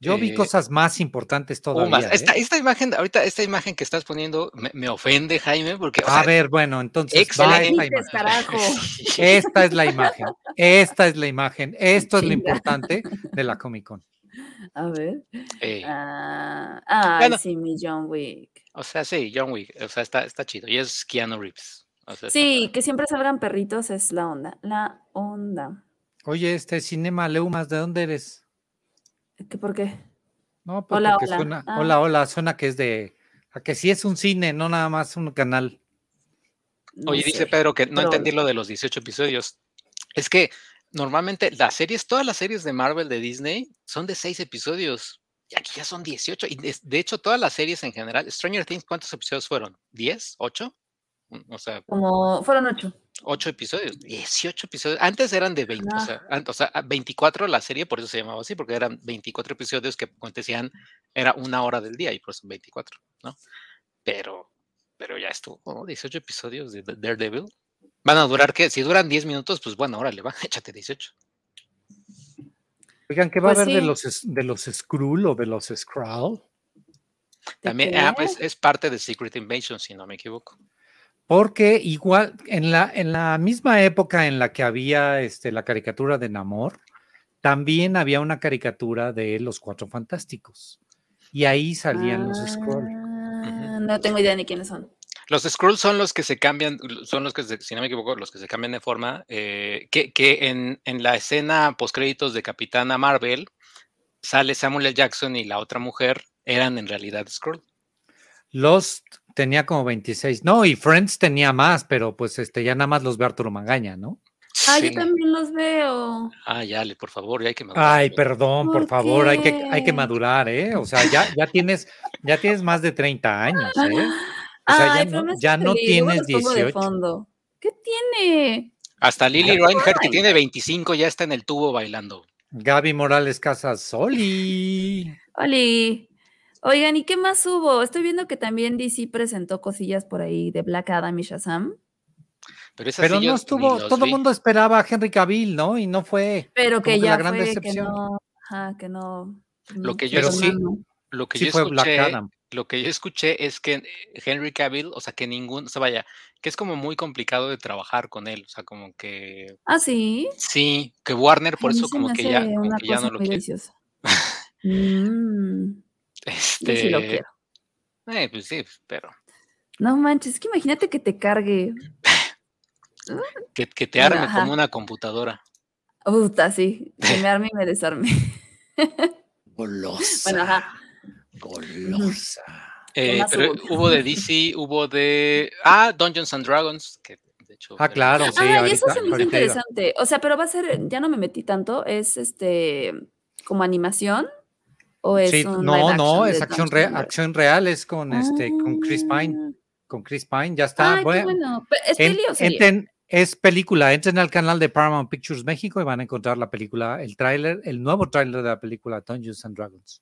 Yo vi Eh, cosas más importantes todavía. Umas, ¿eh? Uh, esta, esta imagen, ahorita esta imagen que estás poniendo me, me ofende, Jaime, porque o A sea, ver, bueno, entonces va excelente. esta Dices, imagen. carajo. Esta es la imagen. Esta es la imagen. Esto es lo Chinga. importante de la Comic Con. A ver. eh, Ah, ay, Bueno. sí, mi John Wick. o sea, sí, John Wick, o sea, está, está chido y es Keanu Reeves. o sea, está Sí, que siempre salgan perritos es la onda. La onda. Oye, este Cinema Leumas, ¿de dónde eres? ¿Qué, ¿Por qué? No, pues Hola, porque hola. suena. Ah. Hola, hola, suena que es de. A que sí es un cine, no nada más un canal. No Oye, dice sé. Pedro que no pero- entendí lo de los 18 episodios. Es que normalmente las series, todas las series de Marvel de Disney son de 6 episodios. Y aquí ya son 18. Y de, de hecho, todas las series en general, Stranger Things, ¿cuántos episodios fueron? ¿10? ¿8? Mm, O sea, Como fueron ocho. 8 episodios. 18 episodios. Antes eran de 20. O, Ah. sea, an- o sea, a 24 la serie, por eso se llamaba así, porque eran 24 episodios que acontecían, era una hora del día y por eso 24, ¿no? Pero, pero ya estuvo, ¿no? 18 episodios de The- Daredevil. Van a durar que si duran 10 minutos, pues bueno, órale, va, échate 18. Oigan, ¿qué va Pues a haber de sí. los es- de los Skrull o de los Skrull? También, ah, pues es parte de Secret Invasion, si no me equivoco. Porque igual, en la, en la misma época en la que había este, la caricatura de Namor, también había una caricatura de los Cuatro Fantásticos. Y ahí salían los Scrolls. Ah, No tengo idea ni quiénes son. Los Skrulls son los que se cambian, l- son los que, se- si no me equivoco, los que se cambian de forma, eh, que, que en, en la escena postcréditos de Capitana Marvel sale Samuel L. Jackson y la otra mujer eran en realidad Skrull. Lost tenía como 26. No, y Friends tenía más, pero pues este, ya nada más los ve Arturo Magaña, ¿no? Ah, yo Sí, no. también los veo. Ah, ya, Ale, por favor, ya hay que madurar. Ay, perdón, por, ¿Por favor, hay que, hay que qué? madurar, ¿eh? O sea, ya, ya, tienes, ya tienes más de 30 años, ¿eh? O sea, ya Ay, no- pero me hace ya no feliz, luego tienes los pongo de 18. fondo. ¿Qué tiene? Hasta Lily Reinhardt, que Ay. tiene 25, ya está en el tubo bailando. Gaby Morales Casas Soli. Oli. Oigan, ¿y qué más hubo? Estoy viendo que también DC presentó cosillas por ahí de Black Adam y Shazam. Pero, esa Pero sí yo no ni estuvo, los todo vi. el mundo esperaba a Henry Cavill, ¿no? Y no fue. Pero que Como que la ya gran fue que decepción. no. Ajá, que no. Lo mm, que yo pero sí- no, no. Lo que Sí yo fue Black escuché, Adam. lo que yo escuché es que Henry Cavill, o sea, que ningún, o sea, vaya, que es como muy complicado de trabajar con él, o sea, como que Ah, sí. sí, que Warner por Ay, a mí eso se como me que ya, hace como una que ya no cosa lo muy quiere. deliciosa. Mm, yo sí lo Este, quiero. eh, pues sí, pero No manches, es que imagínate que te cargue. que, que te arme Ajá. como una computadora. Puta, sí. Que me arme y me desarme. Golosa. Bueno, ajá. Golosa. Eh, más pero hubo? hubo de DC, hubo de ah, Dungeons and Dragons, que de hecho Ah, el- claro, sí. ah, y eso ahorita- se me hizo ahorita iba. interesante. O sea, pero va a ser, ya no me metí tanto, es este como animación o es Sí, un no, live no, action es de acción, Dungeons re- and Dragons? acción real, es con, este, con Chris Pine. Con Chris Pine, ya está. Ah. Ay, qué Bueno, bueno. Pe- ¿Es en- este peli o serie? entren- es película, entren al canal de Paramount Pictures México y van a encontrar la película, el tráiler, el nuevo tráiler de la película Dungeons and Dragons.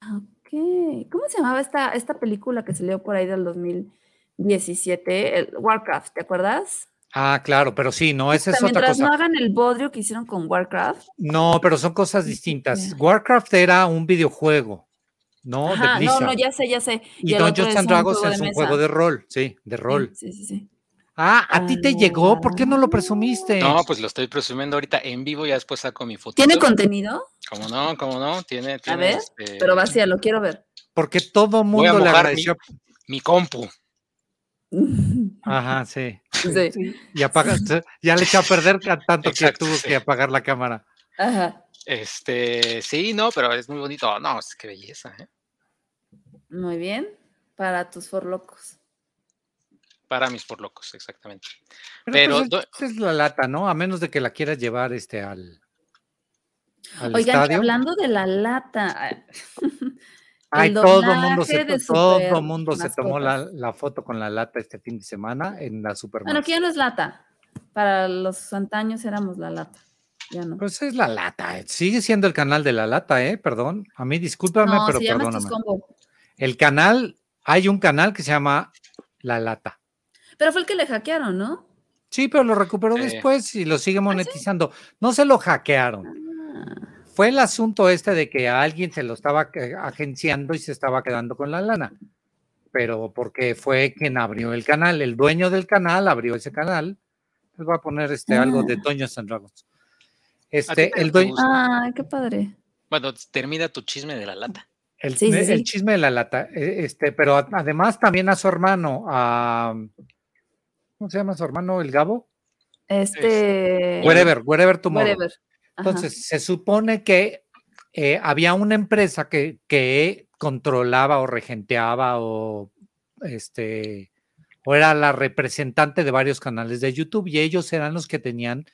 Ok. ¿Cómo se llamaba esta, esta película que salió por ahí del 2017? El Warcraft, ¿te acuerdas? Ah, claro, pero sí, no, esa es otra Mientras cosa. no hagan el bodrio que hicieron con Warcraft. No, pero son cosas distintas. Ya. Warcraft era un videojuego, ¿no? Ajá, de no, Blizzard. no, ya sé, ya sé. Y, el otro Dungeons es and un Dragons juego es de un juego mesa. de rol, sí, de rol. Sí, sí, sí. Ah, a ti te llegó, ¿por qué no lo presumiste? No, pues lo estoy presumiendo ahorita en vivo, ya después saco mi foto. ¿Tiene contenido? Como no, como no, tiene, tiene ver, este, Pero vacía, lo quiero ver. Porque todo Voy mundo a le mojar mi- agradeció. mi compu. Ajá, sí. Sí. Y apaga, ya le echó a perder ca- tanto que Exacto, tuvo sí. que apagar la cámara. Ajá. Este, sí, no, pero es muy bonito. Oh, No, es que belleza, ¿eh? Muy bien. Para tus forlocos. Para mis por locos, exactamente. Pero, Pero pues, do- es- es, la lata, ¿no? A menos de que la quieras llevar este al, al Oigan, que estadio. hablando de la lata. ah, Ay, el todo el mundo se, doblaje de to- todo super mundo se tomó la, mascotas. la foto con la lata este fin de semana en la Superman. Bueno, aquí ya no es lata. Para los antaños éramos la lata. Ya no. Pues es la lata, eh, sigue siendo el canal de la lata, ¿eh? Perdón. A mí discúlpame, no, pero se llama estos perdóname. combo. El canal, hay un canal que se llama La Lata. Pero fue el que le hackearon, ¿no? Sí, pero lo recuperó Eh. después y lo sigue monetizando. No se lo hackearon. Ah, Fue el asunto este de que a alguien se lo estaba eh, agenciando y se estaba quedando con la lana. Pero porque fue quien abrió el canal, el dueño del canal abrió ese canal. Les voy a poner este algo Ah. de Toño San Dragons. Este, te- el, te dueño, gusta? Ay, Ah, qué padre. Bueno, termina tu chisme de la lata. el, Sí, sí, el sí. chisme de la lata, e- este, pero a- además también a su hermano, a ¿cómo se llama su hermano? El Gabo. Este. Wherever, wherever tomorrow. Wherever. Ajá. Entonces, se supone que eh, había una empresa que, que controlaba o regenteaba o este o era la representante de varios canales de YouTube y ellos eran los que tenían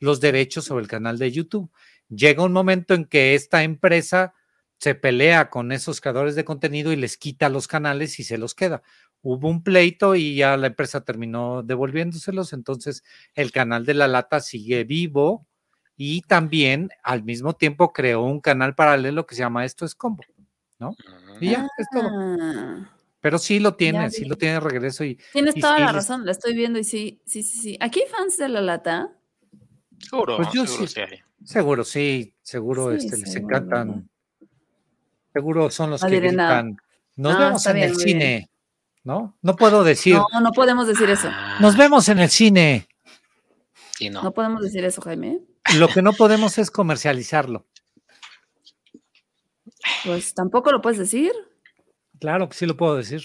los derechos sobre el canal de YouTube. Llega un momento en que esta empresa se pelea con esos creadores de contenido y les quita los canales y se los queda. Hubo un pleito y ya la empresa terminó devolviéndoselos, entonces el canal de la lata sigue vivo y también al mismo tiempo creó un canal paralelo que se llama Esto es Combo. Ujú. Y ya, es todo. Ah. Pero sí lo tiene, sí vi. lo tiene de regreso y Tienes Y toda sí, la les- razón, la estoy viendo y sí, sí, sí, sí. Aquí hay fans de la lata. Seguro, Pues yo seguro sí. sí hay. seguro sí. Seguro Sí, este, les seguro, encantan. ¿verdad? Seguro son los No que diré nada. gritan. Nos No, vemos Ah, está en bien, el muy bien. cine. ¿No? No puedo decir. No, no podemos decir eso. Nos vemos en el cine. Y Ah, no. No podemos decir eso, Jaime. Lo que no podemos es comercializarlo. Pues tampoco lo puedes decir. Claro que sí lo puedo decir.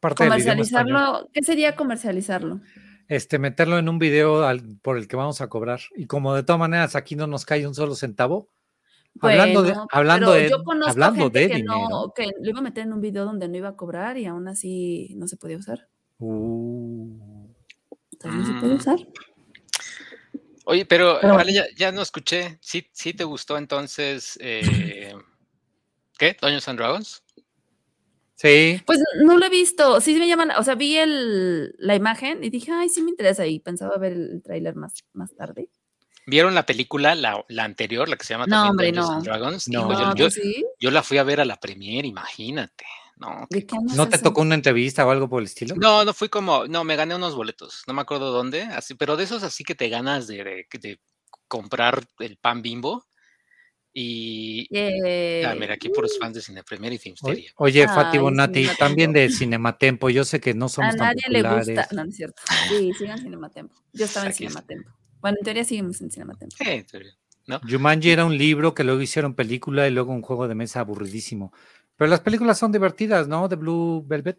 Parte del idioma español. Comercializarlo, ¿qué sería comercializarlo? Este, meterlo en un video al- por el que vamos a cobrar. Y como de todas maneras aquí no nos cae un solo centavo. hablando de, Bueno, hablando pero de, yo conozco hablando gente de que dinero. No, que lo iba a meter en un video donde no iba a cobrar y aún así no se podía usar. Uh, Entonces no se puede Mm. usar. Oye, pero, Pero vale, ya, ya no escuché. ¿Sí, sí te gustó entonces? eh, ¿Qué? ¿Dungeons and Dragons? sí. Pues no lo he visto. Sí me llaman, o sea, vi el, la imagen y dije, ay, sí me interesa. Y pensaba ver el tráiler más, más tarde. ¿Vieron la película, la, la anterior, la que se llama No, también hombre, Dungeons no. and Dragons? No. Hijo, Pues yo- No, yo, ¿tú "Ah, sí? yo la fui a ver a la premier, imagínate. No, ¿De qué andas ¿No te eso? tocó una entrevista o algo por el estilo? No, no fui como, no, me gané unos boletos, no me acuerdo dónde, así, pero de esos así que te ganas de, de- de comprar el pan bimbo y... Yeah. Ah, mira, aquí por los fans de Cine Premier y Oye, Filmsteria. oye, Ay, Fati sí, Bonatti, Cinematempo. también de Cinematempo. Yo sé que no A somos tan nadie le gusta. populares. No, no es cierto. Sí, sigan Cinematempo. Yo estaba en Aquí está. Cinematempo. Bueno, en teoría seguimos en Cinematempo. Eh, en teoría. Jumanji era un libro que luego hicieron película y luego un juego de mesa aburridísimo. Pero las películas son divertidas, ¿no? De Blue Velvet.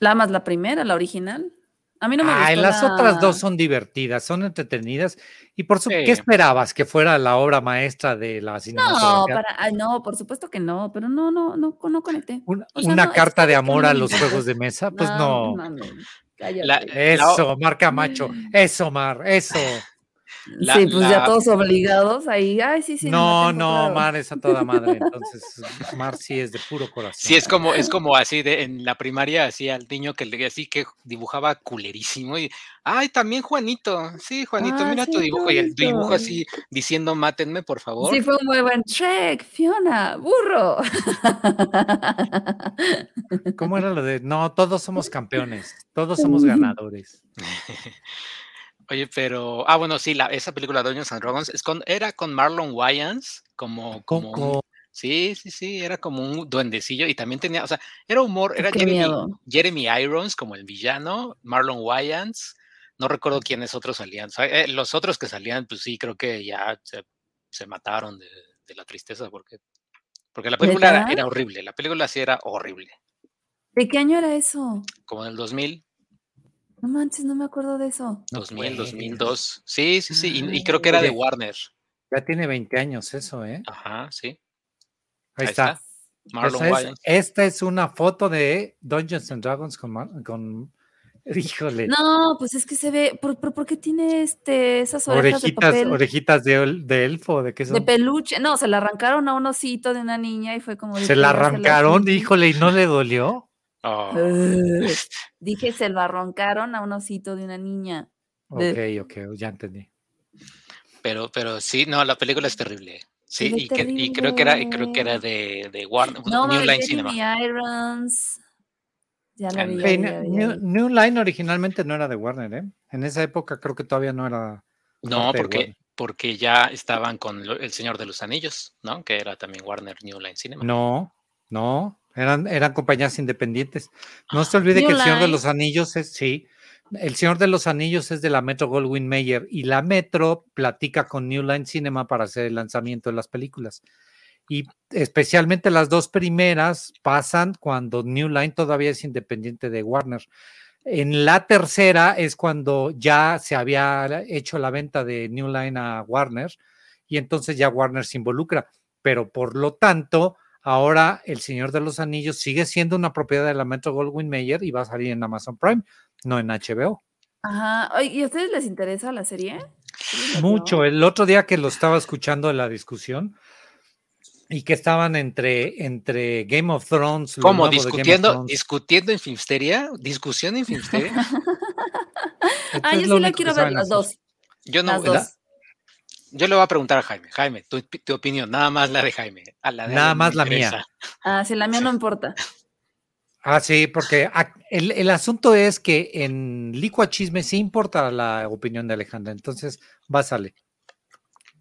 La más la primera, la original. A mí no me Ay, gustó las otras dos la- son divertidas, son entretenidas. Y por supuesto, Sí. ¿qué esperabas? ¿Que fuera la obra maestra de la No, cinematografía? para, ay, no, por supuesto que no, pero no, no, no, no conecté. Un- o sea, ¿Una no, es carta que de es que no amor me a los interesa. juegos de mesa? Pues no. no, no, cállate. La- La Eso, Mar Camacho. Mm. Eso, Mar, eso. la- sí, pues ya la- todos obligados ahí. Ay, sí, sí. no, Cinematempo, no, claro. Mar es a toda madre. Entonces, Mar sí es de puro corazón. Sí, es como, es como así de en la primaria, así al niño que le así que dibujaba culerísimo y ay, también Juanito, sí, Juanito, Ah, mira tu sí, dibujo y el dibujo Juanito. así diciendo mátenme, por favor. Sí, fue un muy buen Shrek, Fiona, burro. ¿Cómo era lo de? No, todos somos campeones, todos somos ganadores. Oye, pero ah, bueno, sí, la, esa película Dungeons and Dragons es con, era con Marlon Wayans como, como un- Coco, Sí, sí, sí, era como un duendecillo y también tenía, o sea, era humor, era Qué Jeremy, miedo. Jeremy Irons como el villano, Marlon Wayans, no recuerdo quiénes otros salían, o sea, eh, los otros que salían, pues sí, creo que ya se, se mataron de, de la tristeza porque, porque la película era, ¿Neta? era horrible, la película sí era horrible, ¿De qué año era eso? como en el 2000, No manches, no Ah. me acuerdo de eso. 2000, puedes. 2002, sí, sí, sí, y, y creo que era de Oye. Warner, ya tiene 20 años eso, ¿eh? ajá, sí, Ahí ahí está. está, Pues Marlon Esa es- Wayans. esta es una foto de Dungeons and Dragons con... Mar- con híjole, No, pues es que se ve. ¿Por, por, por qué tiene este, esas orejas orejitas, de papel? orejitas de, el- de elfo, ¿de qué De son? peluche. No, se la arrancaron a un osito de una niña y fue como. de Se la cuidárselo arrancaron, así. híjole, y no le dolió. Oh, eh, Ugh. Dije, se lo arrancaron a un osito de una niña. Ok, De- ok, ya entendí. Pero, pero sí, no, la película es terrible. Sí, ve y, que- y creo que era, y creo que era de, de Warner, No, New mames, Jeremy Line Cinema. Irons. Ya la vi. Ándale. ya Hey, vi, ya New, vi, ya vi. New Line originalmente no era de Warner, ¿eh? En esa época creo que todavía no era... No, parte de porque, Warner. porque ya estaban con lo- El Señor de los Anillos, ¿no? Que era también Warner New Line Cinema. No, no, eran, eran compañías independientes. No se olvide New que el Señor de Line. los Anillos es, sí, el Señor de los Anillos es de la Metro Goldwyn Mayer y la Metro platica con New Line Cinema para hacer el lanzamiento de las películas. Y especialmente las dos primeras pasan cuando New Line todavía es independiente de Warner. En la tercera es cuando ya se había hecho la venta de New Line a Warner y entonces ya Warner se involucra. Pero por lo tanto, ahora El Señor de los Anillos sigue siendo una propiedad de la Metro Goldwyn Mayer y va a salir en Amazon Prime, no en HBO. Ajá. Oye, ¿Y a ustedes les interesa la serie? ¿Sí les latió? Mucho. El otro día que lo estaba escuchando en la discusión y que estaban entre, entre Game of Thrones, lo ¿Cómo? nuevo de Game of ¿Discutiendo, Thrones. discutiendo en Filmsteria? ¿Discusión en Filmsteria? Esto Ah, es lo yo sí la único que quiero ver, saben las hacer. dos. Yo no, Las la- dos. yo le voy a preguntar a Jaime. Jaime, tu, tu opinión, nada más la de Jaime. A la de Nada Ale no me más la mía. interesa. Ah, si la mía no importa. Ah, sí, porque ac- el, el asunto es que en Licua Chisme sí importa la opinión de Alejandra, entonces va, sale.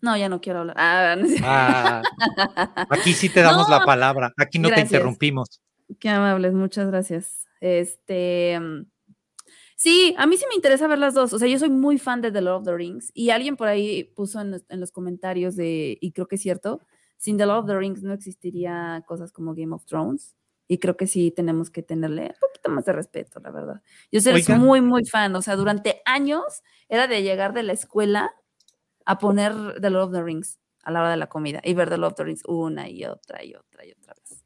No, ya no quiero hablar. Ah, no es cierto. Ah, aquí sí te damos No. la palabra, aquí no Gracias. te interrumpimos. Qué amables, muchas gracias. Este. mm, Sí, a mí sí me interesa ver las dos. O sea, yo soy muy fan de The Lord of the Rings y alguien por ahí puso en los, en los comentarios de, y creo que es cierto, sin The Lord of the Rings no existiría cosas como Game of Thrones y creo que sí tenemos que tenerle un poquito más de respeto, la verdad. Yo soy Oigan. muy, muy fan. O sea, durante años era de llegar de la escuela a poner The Lord of the Rings a la hora de la comida y ver The Lord of the Rings una y otra y otra y otra vez.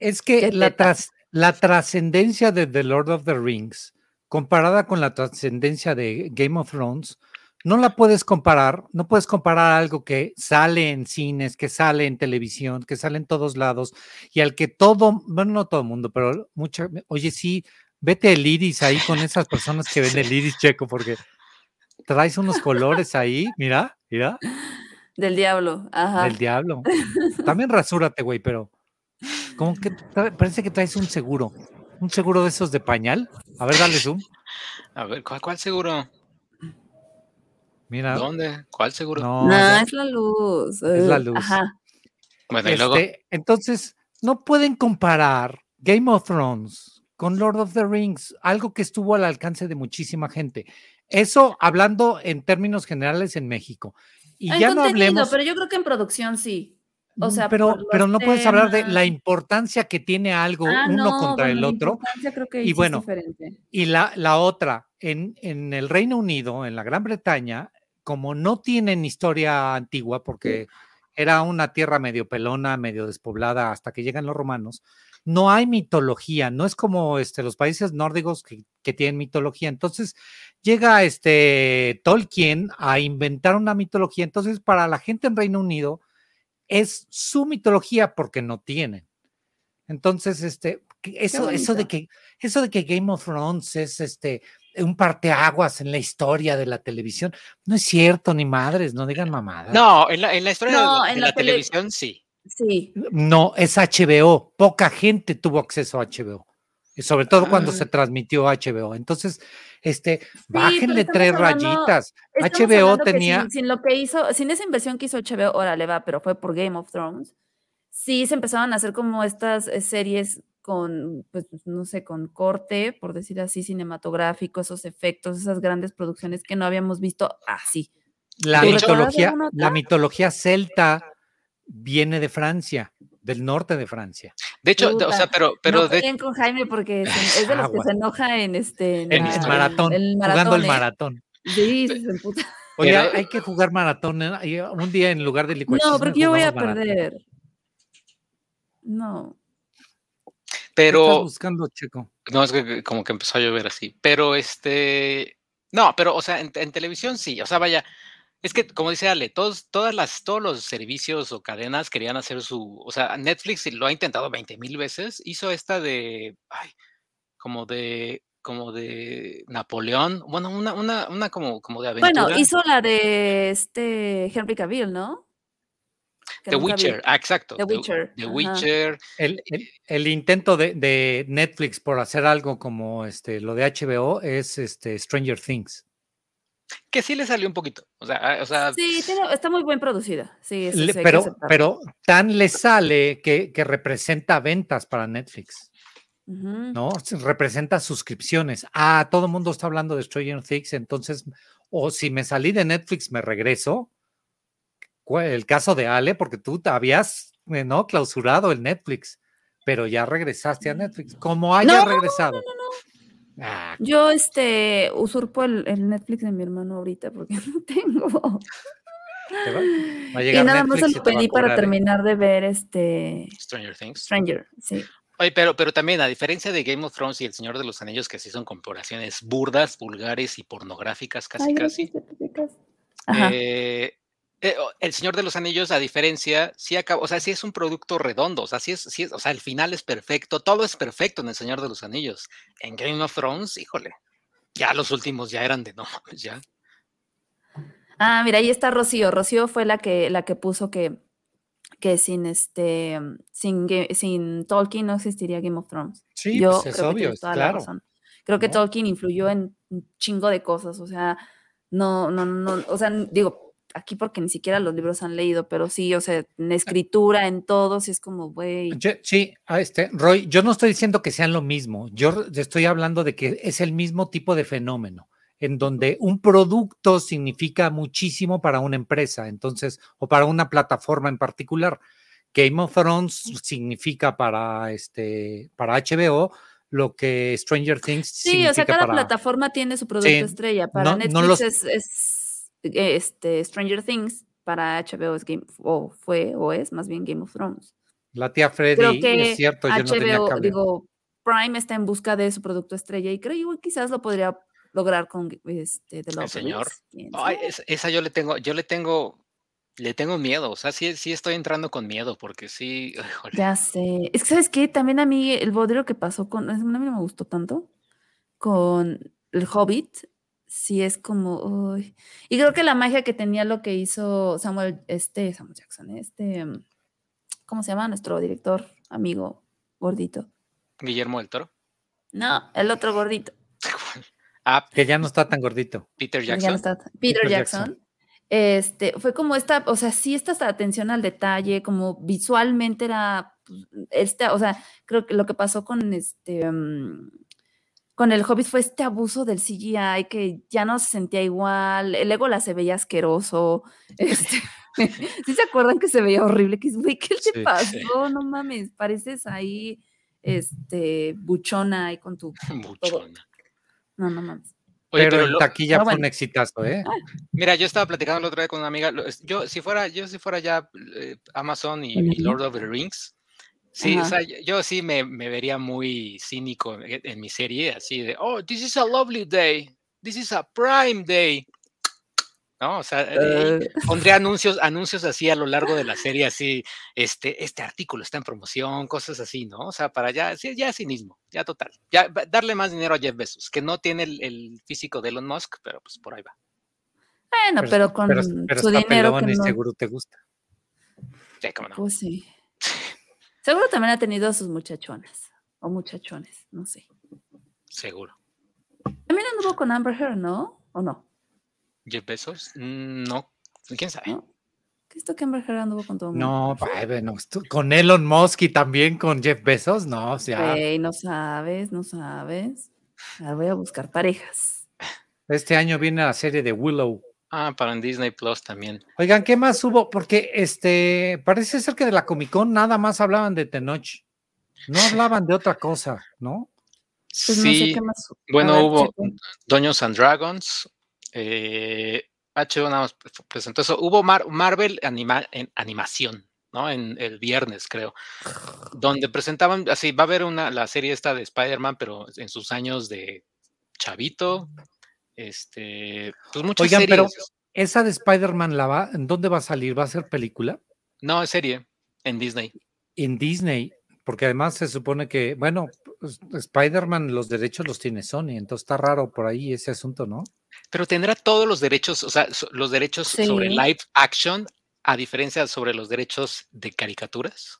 Es Qué que la, teta. tras- la trascendencia de The Lord of the Rings, comparada con la trascendencia de Game of Thrones, no la puedes comparar, no puedes comparar algo que sale en cines, que sale en televisión, que sale en todos lados y al que todo, bueno, no todo el mundo, pero mucha, oye, sí, vete el iris ahí con esas personas que ven el iris checo porque traes unos colores ahí, mira, mira, Del diablo, ajá. del diablo. También rasúrate, güey, pero como que tra- parece que traes un seguro. Un seguro de esos de pañal. A ver, dale zoom. A ver, ¿cuál, cuál seguro? Mira. ¿Dónde? ¿Cuál seguro? Ah. No, No, ya- es la luz. Es la ugh, luz. Ajá. bueno, y luego, Este, entonces, no pueden comparar Game of Thrones con Lord of the Rings, algo que estuvo al alcance de muchísima gente. Eso hablando en términos generales en México. Y En ya no contenido, hablemos. pero yo creo que en producción sí. o mm, sea, pero, por los pero no puedes hablar de la temas. importancia que tiene algo Ah, uno no, contra bueno, el la otro. importancia creo que Y ahí sí es bueno, diferente. Y la, la otra, en, en el Reino Unido, en la Gran Bretaña, como no tienen historia antigua, porque era una tierra medio pelona, medio despoblada hasta que llegan los romanos, no hay mitología, no es como este, los países nórdicos que, que tienen mitología. Entonces llega este Tolkien a inventar una mitología. Entonces para la gente en Reino Unido es su mitología porque no tienen. Entonces, este, que eso, eso de bonito. que eso de que Game of Thrones es este un parteaguas en la historia de la televisión, no es cierto, ni madres, no digan mamadas. no, en la, en la historia de No, la- de, en la, la tele- televisión sí. Sí. Mm, No, es HBO. Poca gente tuvo acceso a HBO. y Sobre todo cuando Ah. se transmitió HBO. Entonces, este, pero bájenle estamos tres hablando- rayitas. Estamos HBO hablando que tenía- Sin, sin lo que hizo, sin esa inversión que hizo HBO, órale va, pero fue por Game of Thrones. Sí, se empezaron a hacer como estas eh, series con, pues, no sé, con corte, por decir así, cinematográfico, esos efectos, esas grandes producciones que no habíamos visto así. La ¿Tú recuerdas mitología, alguna otra? la mitología celta viene de Francia, del norte de Francia. De hecho, de- o Puta, sea, pero, pero no eh, de, peleen con Jaime porque se- es de los que Aguas. se enoja en este En el maratón, el jugando el ¿eh? maratón. Sí, sí, se emputa. Oye, Pero- hay que jugar maratón ¿eh? Ahí, un día en lugar de licuachismo. No, porque yo voy a Pues, jugamos maratón. perder. No. ¿Qué estás pero buscando, Checo? No, es que- que como que empezó a llover así. Pero este. No, pero, o sea, en, en televisión sí. O sea, vaya. Es que, como dice Ale, todos, todas las, todos los servicios o cadenas querían hacer su. O sea, Netflix lo ha intentado 20 mil veces. Hizo esta de. Ay, como de. Como de Napoleón. Bueno, una, una, una como, como de aventura. Bueno, hizo la de este Henry Cavill, ¿no? Que The nunca vi. Witcher. Ah, exacto. The Witcher, The ajá. Witcher. El, el- el intento de, de Netflix por hacer algo como este, lo de HBO es este, Stranger Things. Que sí le salió un poquito. O sea, ah, o sea Sí, tiene- está muy bien producida. Sí, eso Le- sí hay que pero, aceptarlo. pero tan le sale que, que representa ventas para Netflix, Ujú. ¿no? Se- Representa suscripciones. Ah, todo el mundo está hablando de Stranger Things, entonces, o si me salí de Netflix, me regreso. Cu- El caso de Ale, porque tú te habías, eh, ¿no? Clausurado el Netflix, pero ya regresaste a Netflix. Como haya Mm. No, no, no, regresado. Ah, Yo este usurpo el, el Netflix de mi hermano ahorita porque no tengo. te va- Va a Y llegar nada más se Netflix y lo te va a pedí para cobrar, ¿eh? terminar de ver este Stranger Things. Stranger. Sí. Oye, pero, pero también, a diferencia de Game of Thrones y El Señor de los Anillos, que sí son comparaciones burdas, vulgares y pornográficas casi Ay, casi, gracias, gracias. Ajá. eh, eh, o- El Señor de los Anillos, a diferencia, sí acaba, o sea, sí es un producto redondo, o sea, sí es, sí es, o sea, el final es perfecto, todo es perfecto en El Señor de los Anillos. En Game of Thrones, híjole, ya los últimos ya eran de no mames, ya. Ah, mira, ahí está Rocío. Rocío fue la que, la que puso que, que sin este mm, sin, Ga- sin Tolkien no existiría Game of Thrones. Sí, Yo pues es creo que obvio, tienes es toda la claro. razón. Creo que ¿no? Tolkien influyó en un chingo de cosas. O sea, no, no, no, no, o sea, n- digo, aquí porque ni siquiera los libros han leído, pero sí, o sea, en escritura, en todo, sí es como, güey. Yo- sí, a este, Roy, yo no estoy diciendo que sean lo mismo, yo r- estoy hablando de que es el mismo tipo de fenómeno, en donde un producto significa muchísimo para una empresa, entonces, o para una plataforma en particular. Game of Thrones significa para, este, para HBO lo que Stranger Things Sí, significa o sea, cada para... plataforma tiene su producto Sí, estrella. Para no- Netflix no los- es, es, eh, este, Stranger Things, para HBO es Game, o fue, o es más bien Game of Thrones. La tía Freddy, Creo que es cierto, Pues yo no tenía HBO, cable. digo, Prime está en busca de su producto estrella y creo que quizás lo podría lograr con este, The Love señor. Ay, es- esa yo le tengo, yo le tengo, le tengo miedo. O sea, sí, sí estoy entrando con miedo, porque sí, híjole, Ya sé. Es que, ¿sabes qué? También a mí el bodrio que pasó con. A mí no me gustó tanto. Con El Hobbit. Sí, es como. uy. Y creo que la magia que tenía lo que hizo Samuel. Este, Samuel Jackson. Este. mm, ¿Cómo se llama? Nuestro director, amigo gordito. Guillermo del Toro. No, el otro gordito. Ah, Que ya no está tan gordito. Peter porque Pues ya no Jackson. está- Peter Peter Jackson. Jackson. Este, fue como esta, o sea, sí esta hasta atención al detalle, como visualmente era pues, esta, o sea, creo que lo que pasó con este mm, con el Hobbit fue este abuso del CGI que ya no se sentía igual, el Ego la se veía asqueroso. Este, ¿Sí se acuerdan que se veía horrible? Que, dices, güey, ¿qué te Sí, pasó? sí. No mames, pareces ahí este buchona ahí con tu Buchona. No, no mames. Oye, pero, pero en lo- taquilla no, fue un Ah, bueno. exitazo, ¿eh? mira, yo estaba platicando la otra vez con una amiga. lo- es- Yo, si fuera, yo si fuera ya eh, Amazon y, y Ujú. Lord of the Rings, sí, o Ajá. sea, yo, yo sí me, me vería muy cínico en, en mi serie, así de, oh, this is a lovely day, this is a prime day. No, o sea, eh, Eh, pondría anuncios, anuncios así a lo largo de la serie, así, este, este artículo está en promoción, cosas así, ¿no? O sea, para ya, sí, ya cinismo, ya total. Ya va- darle más dinero a Jeff Bezos, que no tiene el, el físico de Elon Musk, pero pues por ahí va. Bueno, pero, con pero su está dinero pelón que y no, seguro te gusta. Sí, cómo no. pues sí. Seguro también ha tenido a sus muchachonas o muchachones, no sé. Seguro. También anduvo con Amber Heard, ¿no? ¿O no? Jeff Bezos, Mm, no. ¿Quién sabe? ¿No? ¿Qué es esto que Amber Heard anduvo con todo el mundo? No, ay, bueno, esto- con Elon Musk y también con Jeff Bezos, no, o sea, Güey, no sabes, no sabes. Ahora voy a buscar parejas. este año viene la serie de Willow. Ah, para en Disney Plus también. Oigan, ¿qué más hubo? Porque este parece ser que de la Comic Con nada más hablaban de Tenoch. No hablaban de otra cosa, ¿no? Pues no sé sí, qué más. a bueno, ver, hubo chequen. Dungeons and Dragons. Eh, HBO nada más pre- presentó eso. Hubo Mar- Marvel anima- en animación, ¿no? En el viernes, creo. Donde presentaban, así, va a haber una, la serie esta de Spider-Man, pero en sus años de chavito. Este, pues muchas Oigan, series. pero- Esa de Spider-Man la va, ¿en dónde va a salir? ¿Va a ser película? No, es serie, en Disney. En Disney, porque además se supone que, bueno, pues, Spider-Man los derechos los tiene Sony, entonces está raro por ahí ese asunto, ¿no? Pero tendrá todos los derechos, o sea, so- los derechos sobre Sí. live action, a diferencia sobre los derechos de caricaturas.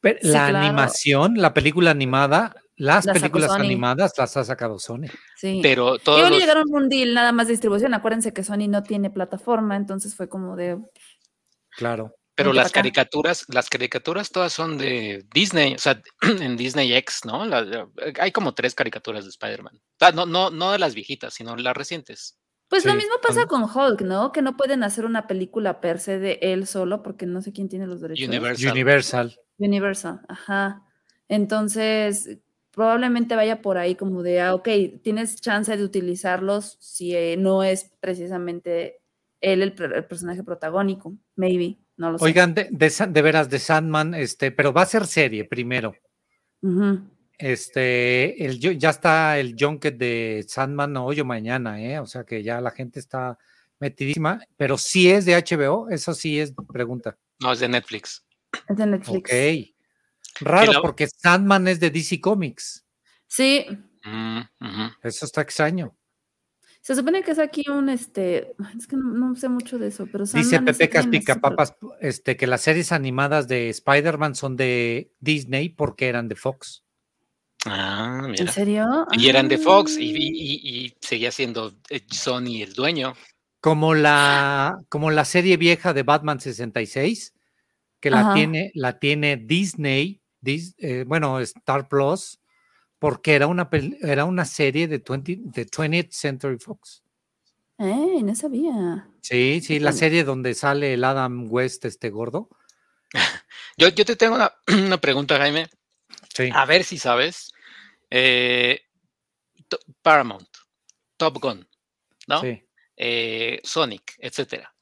Pero Sí, la claro. animación, la película animada, las La sacó películas Sony. animadas las ha sacado Sony. Sí. Pero todos Igual los, llegaron a un deal nada más de distribución. Acuérdense que Sony no tiene plataforma, entonces fue como de. Claro. pero vente pa' las acá. caricaturas, las caricaturas todas son de Disney, o sea, en Disney X, ¿no? La- la- hay como tres caricaturas de Spider-Man. Ah, No, no, no de las viejitas, sino las recientes. Pues lo Sí, mismo pasa son- con Hulk, ¿no? Que no pueden hacer una película per se de él solo porque no sé quién tiene los derechos. Universal. Universal. Universal, ajá. Entonces, probablemente vaya por ahí como de, ah, ok, tienes chance de utilizarlos si eh, no es precisamente él el, pr- el personaje protagónico, maybe, no lo sé. Oigan, de, de Sa- de veras, de Sandman, este, pero va a ser serie primero. Ujú. Este, el, yo- ya está el junket de Sandman hoy o mañana, ¿eh? O sea que ya la gente está metidísima, pero si es de HBO, eso sí es pregunta. No, es de Netflix. Es de Netflix. Ok. Raro, la- porque Sandman es de DC Comics. Sí, Mm, ujú. Eso está extraño. se supone que es aquí un, este, es que no, no sé mucho de eso, pero Dice Sandman es Pepe alguien así, pero- Caspicapapas este, que las series animadas de Spider-Man son de Disney porque eran de Fox. Ah, ¿En mira. serio? Y eran de Fox y, Ah. y- y- y seguía siendo eh, Sony el dueño. Como la, como la serie vieja de Batman 66, que la Ajá. tiene, la tiene Disney, Dis- eh, bueno, Star Plus, porque era una, pel- era una serie de, 20 de 20th Century Fox. Eh, no sabía. Sí, sí, la Híjole. serie donde sale el Adam West, este gordo. Yo, yo te tengo una, una pregunta, Jaime. Sí. A ver si sabes. Eh, to- Paramount, Top Gun, ¿no? sí. eh, Sonic, etcétera.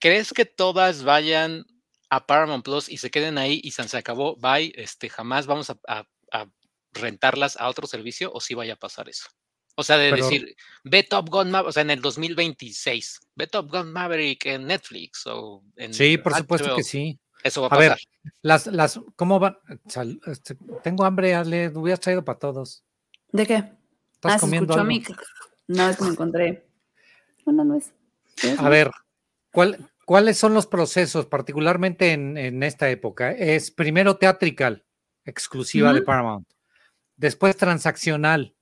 ¿Crees que todas vayan a Paramount Plus y se queden ahí y san- se acabó? Bye, este, jamás vamos a, a- a rentarlas a otro servicio o si vaya a pasar eso. O sea, de Pero- decir, ve Top Gun Maverick, o sea, en el 2026, ve Top Gun Maverick en Netflix o en Sí, por supuesto que HBO". sí. Eso va a, A pasar. ver, Las, las, ¿cómo van? Sal- este, tengo hambre, Ale, lo hubieras traído para todos. ¿De qué? ¿Estás ah, se comiendo escuchó a algo? mí. No, es que me encontré. Una nuez. ¿Quieres A más? ver, ¿cuál, ¿cuáles son los procesos, particularmente en, en esta época? Es primero teatrical, exclusiva de Ujú. Paramount. Después transaccional,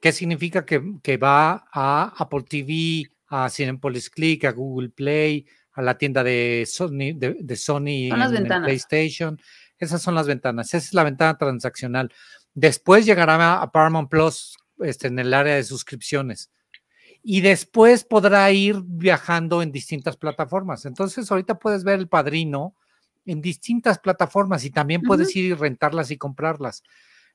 que significa que, que va a Apple TV, a Cinepolis Click, a Google Play, a la tienda de Sony, de, de Sony Son las en- en ventanas. PlayStation. Esas son las ventanas. Esa es la ventana transaccional. Después llegará a Paramount Plus este, en el área de suscripciones y después podrá ir viajando en distintas plataformas. Entonces, ahorita puedes ver El Padrino en distintas plataformas y también puedes ir y rentarlas y comprarlas.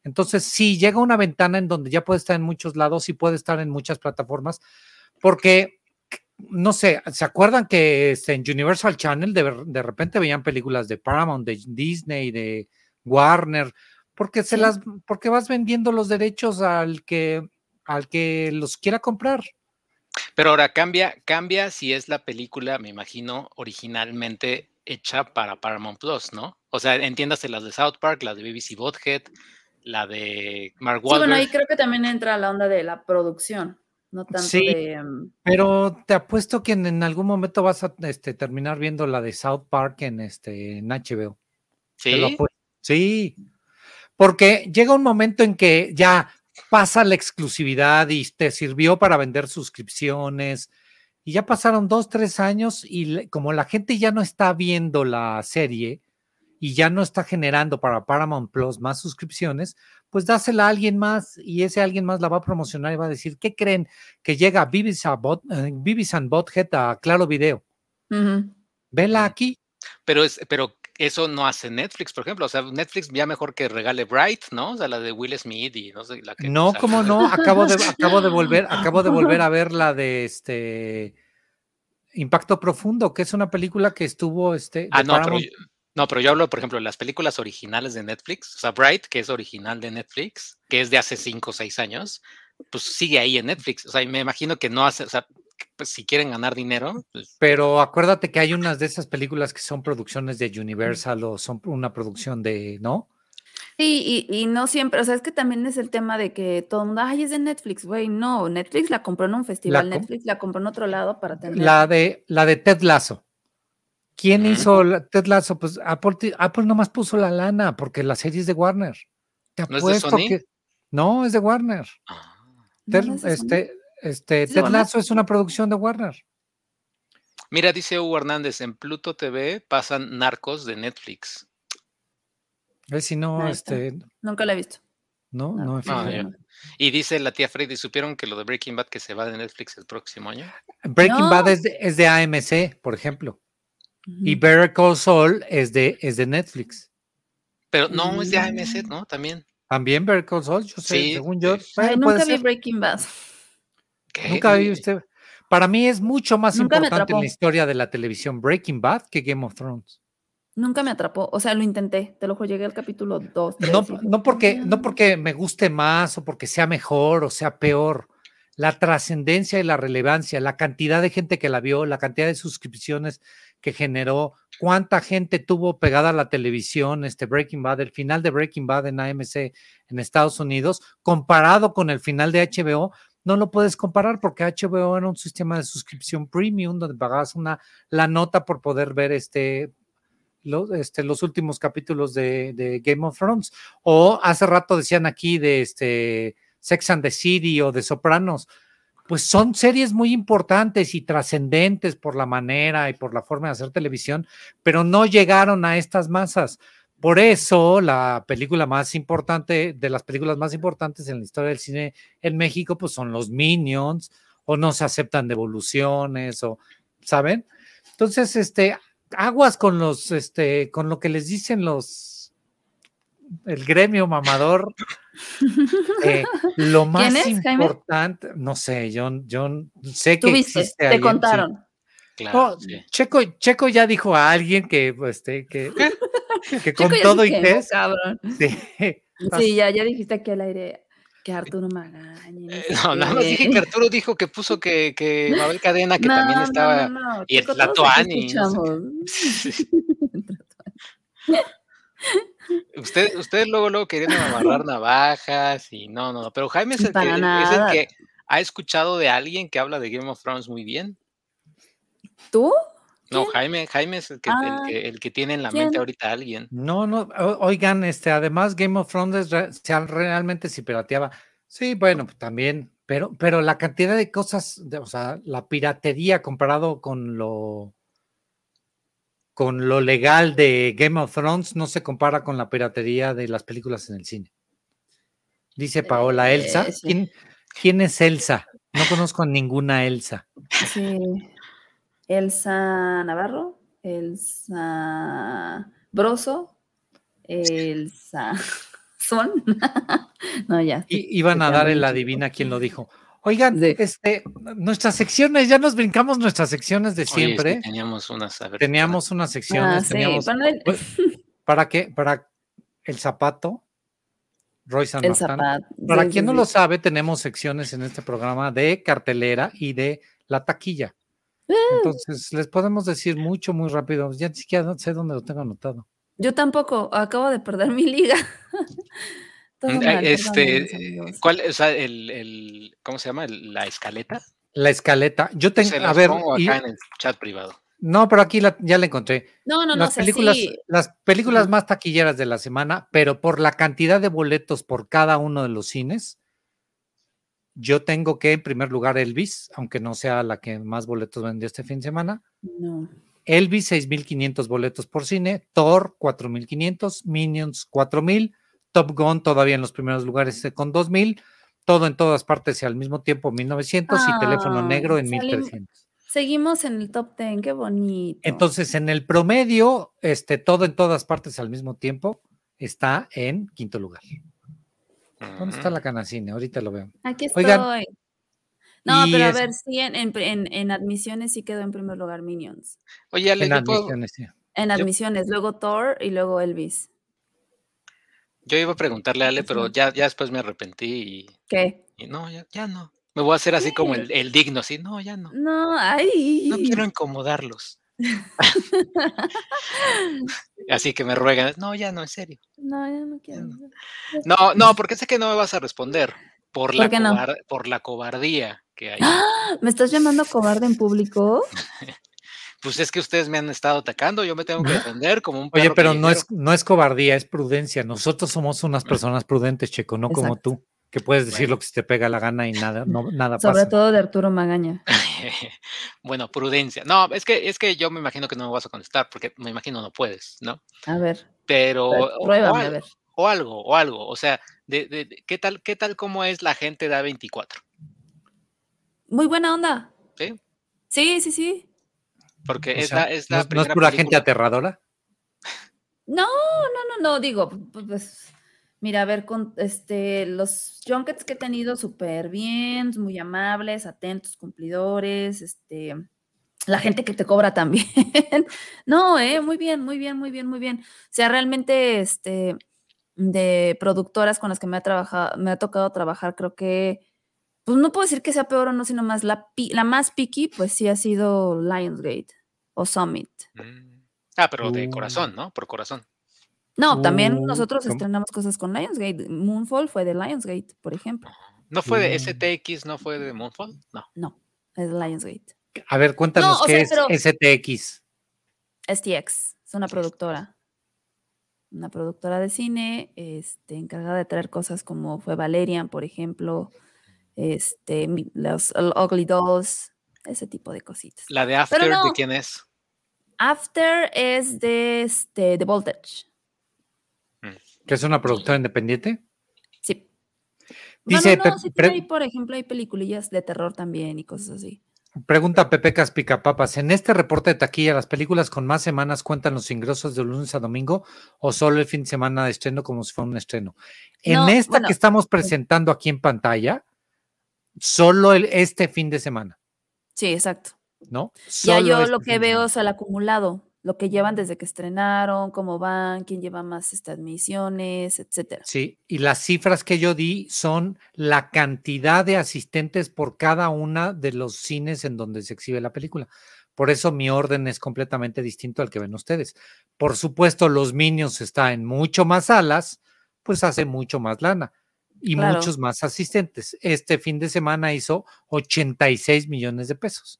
Entonces, sí, llega una ventana en donde ya puede estar en muchos lados y puede estar en muchas plataformas, porque, no sé, ¿se acuerdan que este, en Universal Channel de, ver- de repente veían películas de Paramount, de Disney, de Warner? Porque, se Sí. las, porque vas vendiendo los derechos al que, al que los quiera comprar. Pero ahora cambia, cambia si es la película, me imagino, originalmente hecha para Paramount Plus, ¿no? O sea, entiéndase las de South Park, la de BBC Bothead, la de Mark Sí, bueno, Wahlberg. ahí creo que también entra la onda de la producción, no tanto Sí. de... em, Pero te apuesto que en, en algún momento vas a este, terminar viendo la de South Park en, este, en HBO. Te lo Sí, apuesto. Sí. Porque llega un momento en que ya pasa la exclusividad y te sirvió para vender suscripciones. Y ya pasaron dos, tres años y le- como la gente ya no está viendo la serie y ya no está generando para Paramount Plus más suscripciones, pues dásela a alguien más y ese alguien más la va a promocionar y va a decir, ¿qué creen? Que llega Beavis a Bot- eh, Beavis and Bothead a Claro Video. ujú. Vela aquí. pero es, pero eso no hace Netflix, por ejemplo. O sea, Netflix ya mejor que regale Bright, ¿no? O sea, la de Will Smith y no sé, la que No, salió cómo de- no, acabo de, acabo de volver, acabo de volver a ver la de este Impacto Profundo, que es una película que estuvo este. de Ah, no, pero Paramount. yo, no, pero yo hablo, por ejemplo, de las películas originales de Netflix. O sea, Bright, que es original de Netflix, que es de hace 5 o 6 años, pues sigue ahí en Netflix. O sea, y me imagino que no hace, o sea, que, pues, si quieren ganar dinero, pues, Pero acuérdate que hay unas de esas películas que son producciones de Universal o son una producción de, ¿no? Sí, y, y no siempre, o sea, es que también es el tema de que todo el mundo, ay, es de Netflix, güey, no, Netflix la compró en un festival, com- Netflix la compró en otro lado para tener... La de, la de Ted Lasso. ¿Quién Ujú. hizo la- Ted Lasso? Pues Apple, ti- Apple nomás puso la lana porque la serie es de Warner. Te ¿No es de apuesto Sony? que. No, es de Warner. ah. No, Ted- no es de Sony. este, este, ¿Es de Ted Warner? Lasso es una producción de Warner. Mira, dice Hugo Hernández, en Pluto TV pasan narcos de Netflix. A ver Eh, si no, Ahí está. este, Nunca la he visto. no, No, no, no, en fin, Ah, no, ya. eh, no. Y dice la tía Freddy, ¿supieron que lo de Breaking Bad que se va de Netflix el próximo año? Breaking No. Bad es de, es de AMC, por ejemplo, y Ujú. Better Call Saul es de, es de Netflix. Pero no, es de AMC, ¿no? También. También Better Call Saul, yo sé, Sí, según yo, sí. bueno, Ay, puede nunca vi ser, Breaking Bad. ¿Qué? nunca vi usted. Para mí es mucho más Nunca me importante en atrapó. la historia de la televisión Breaking Bad que Game of Thrones. Nunca me atrapó, o sea, lo intenté, te lo juro, llegué al capítulo 2. No, no, porque, no porque me guste más o porque sea mejor o sea peor. La trascendencia y la relevancia, la cantidad de gente que la vio, la cantidad de suscripciones que generó, cuánta gente tuvo pegada a la televisión, este Breaking Bad, el final de Breaking Bad en AMC en Estados Unidos, comparado con el final de HBO, no lo puedes comparar porque HBO era un sistema de suscripción premium donde pagabas una la nota por poder ver este, lo- este, los últimos capítulos de, de Game of Thrones. O hace rato decían aquí de este Sex and the City o de Sopranos. pues son series muy importantes y trascendentes por la manera y por la forma de hacer televisión, pero no llegaron a estas masas. Por eso la película más importante, de las películas más importantes en la historia del cine en México, pues son los Minions, o no se aceptan devoluciones, o, ¿saben? Entonces, este, aguas con los, este, con lo que les dicen los, el gremio mamador. Eh, lo más es, importante, no sé, yo, yo sé que Tuviste, existe te alguien, contaron. sí. Claro, No, sí. Checo, Checo ya dijo a alguien que, pues, este, que, que Chico, con ya todo y dije, ¿no, test, cabrón. sí, estás- Sí, ya, ya dijiste aquí al aire que Arturo Magaña. Eh, No, nada más dije que Arturo dijo que puso que, que Mabel Cadena, que también estaba. y el Tlatoani, no sé Usted, usted luego, luego queriendo amarrar navajas y no, no, no. Pero Jaime es el, que, Para es el nada. que ha escuchado de alguien que habla de Game of Thrones muy bien. ¿Tú? No, ¿Quién? Jaime, Jaime es el que, Ah, el que, el que tiene en la ¿quién? mente ahorita a alguien. No, no, o- oigan, este, además Game of Thrones es re- se al- realmente si pirateaba. Sí, bueno, pues también, pero, pero la cantidad de cosas, de- o sea, la piratería comparado con lo con lo legal de Game of Thrones no se compara con la piratería de las películas en el cine. Dice Paola Eh, Elsa. sí. ¿Quién, quién es Elsa? No conozco a ninguna Elsa. Sí. Elsa Navarro, Elsa Broso, Elsa Son. no, ya. I- iban a Te dar amo el mucho. adivina quién lo dijo. Oigan, Sí. este, nuestras secciones, ya nos brincamos nuestras secciones de Oye, es que siempre. teníamos unas. a ver, teníamos unas Ah, secciones, sí, teníamos bueno, el, para qué, para el zapato, Roy San el Martín. zapato. Para sí, quien sí, no sí. lo sabe, tenemos secciones en este programa de cartelera y de la taquilla. Ah. Entonces, les podemos decir mucho, muy rápido. Ya ni siquiera no sé dónde lo tengo anotado. Yo tampoco, acabo de perder mi liga. Todo Mm, mal, eh, perdón, mis Este, amigos. ¿cuál? O sea, el, el- ¿cómo se llama? El- La escaleta. La escaleta. Yo Yo tengo, se a las ver, pongo acá y- en el chat privado. no, pero aquí la- ya la encontré. No, no, no, las o sea, películas, sí, las películas Ujú. más taquilleras de la semana, pero por la cantidad de boletos por cada uno de los cines, yo tengo que en primer lugar Elvis, aunque no sea la que más boletos vendió este fin de semana. no. Elvis 6500 boletos por cine, Thor 4500, Minions 4000, Top Gun todavía en los primeros lugares eh, con 2000, todo en todas partes y al mismo tiempo 1900 y teléfono Ah, negro en salimos- 1300. Seguimos en el top ten, qué bonito. Entonces, en el promedio, este, todo en todas partes al mismo tiempo está en quinto lugar. ¿Dónde está Ujú. la canacine? Ahorita lo veo. Aquí estoy. oigan, no, y pero a es- ver, sí, en, en- en- en admisiones sí quedó en primer lugar Minions. Oye, Ale, En yo, puedo- admisiones, sí. En Yo- admisiones, luego Thor y luego Elvis. yo iba a preguntarle a Ale, pero Ujú. ya, ya después me arrepentí ¿Qué? y, y no, ya, ya no. Me voy a hacer así como el, el digno, así, no, ya no. No, ay. No quiero incomodarlos. Así que me ruegan, no, ya no, en serio. No, ya no quiero. No, no, porque sé que no me vas a responder. Por la, ¿Por qué no? cobar- por la cobardía que hay. ¡Ah! ¿Me estás llamando cobarde en público? Pues es que ustedes me han estado atacando, yo me tengo que defender como un Oye, perro pero no callejero. es, no es cobardía, es prudencia. Nosotros somos unas personas prudentes, Checo, no como Exacto. tú, que puedes decir Mm. Bueno. lo que se te pega la gana y nada, no, nada Sobre pasa. todo de Arturo Magaña. bueno, prudencia. No, es que, es que yo me imagino que no me vas a contestar, porque me imagino no puedes, ¿no? A ver, Pero. pr- o- o pruébame, a al- ver. o algo, o algo. O sea, de, de- de- ¿qué tal, qué tal como es la gente de A24? Muy buena onda. ¿Sí? Sí, sí, sí. Porque O es sea, la, es ¿no, la es- no es primera pura gente película- aterradora? No, no, no, no, digo, pu- pu- pues, mira, a ver, con este, los junkets que he tenido súper bien, muy amables, atentos, cumplidores, este, la gente que te cobra también. no, eh, muy bien, muy bien, muy bien, muy bien. O sea, realmente, este, de productoras con las que me ha trabajado, me ha tocado trabajar, creo que, pues no puedo decir que sea peor o no, sino más la, pi- la más picky, pues sí ha sido Lionsgate o Summit. Mm. Ah, pero de Uh. corazón, ¿no? Por corazón. No, también Uh, nosotros ¿cómo? estrenamos cosas con Lionsgate. Moonfall fue de Lionsgate, por ejemplo. ¿No fue de Mm. STX, no fue de Moonfall? No. No, es de Lionsgate. A ver, cuéntanos o qué sea, es pero- STX. STX es una productora. Una productora de cine este, encargada de traer cosas como fue Valerian, por ejemplo, este, mi- los Ugly Dolls, ese tipo de cositas. La de After, no. ¿de quién es? After es de este, The Voltage. que es una productora independiente. Sí. Dice bueno, no, Pep- sí pre- tiene ahí, por ejemplo, hay peliculillas de terror también y cosas así. Pregunta Pepe Caspicapapas. En este reporte de taquilla, ¿las películas con más semanas cuentan los ingresos de lunes a domingo o solo el fin de semana de estreno como si fuera un estreno? En No, esta bueno. eh, que estamos presentando aquí en pantalla, solo el, este fin de semana, Sí, exacto. ¿no? Ya Solo yo este lo fin que de veo semana. es el acumulado, lo que llevan desde que estrenaron, cómo van, quién lleva más este, admisiones, etcétera. Sí, y las cifras que yo di son la cantidad de asistentes por cada una de los cines en donde se exhibe la película. Por eso mi orden es completamente distinto al que ven ustedes. Por supuesto, los Minions está en mucho más salas, pues hace mucho más lana y Claro. muchos más asistentes. Este fin de semana hizo 86 millones de pesos,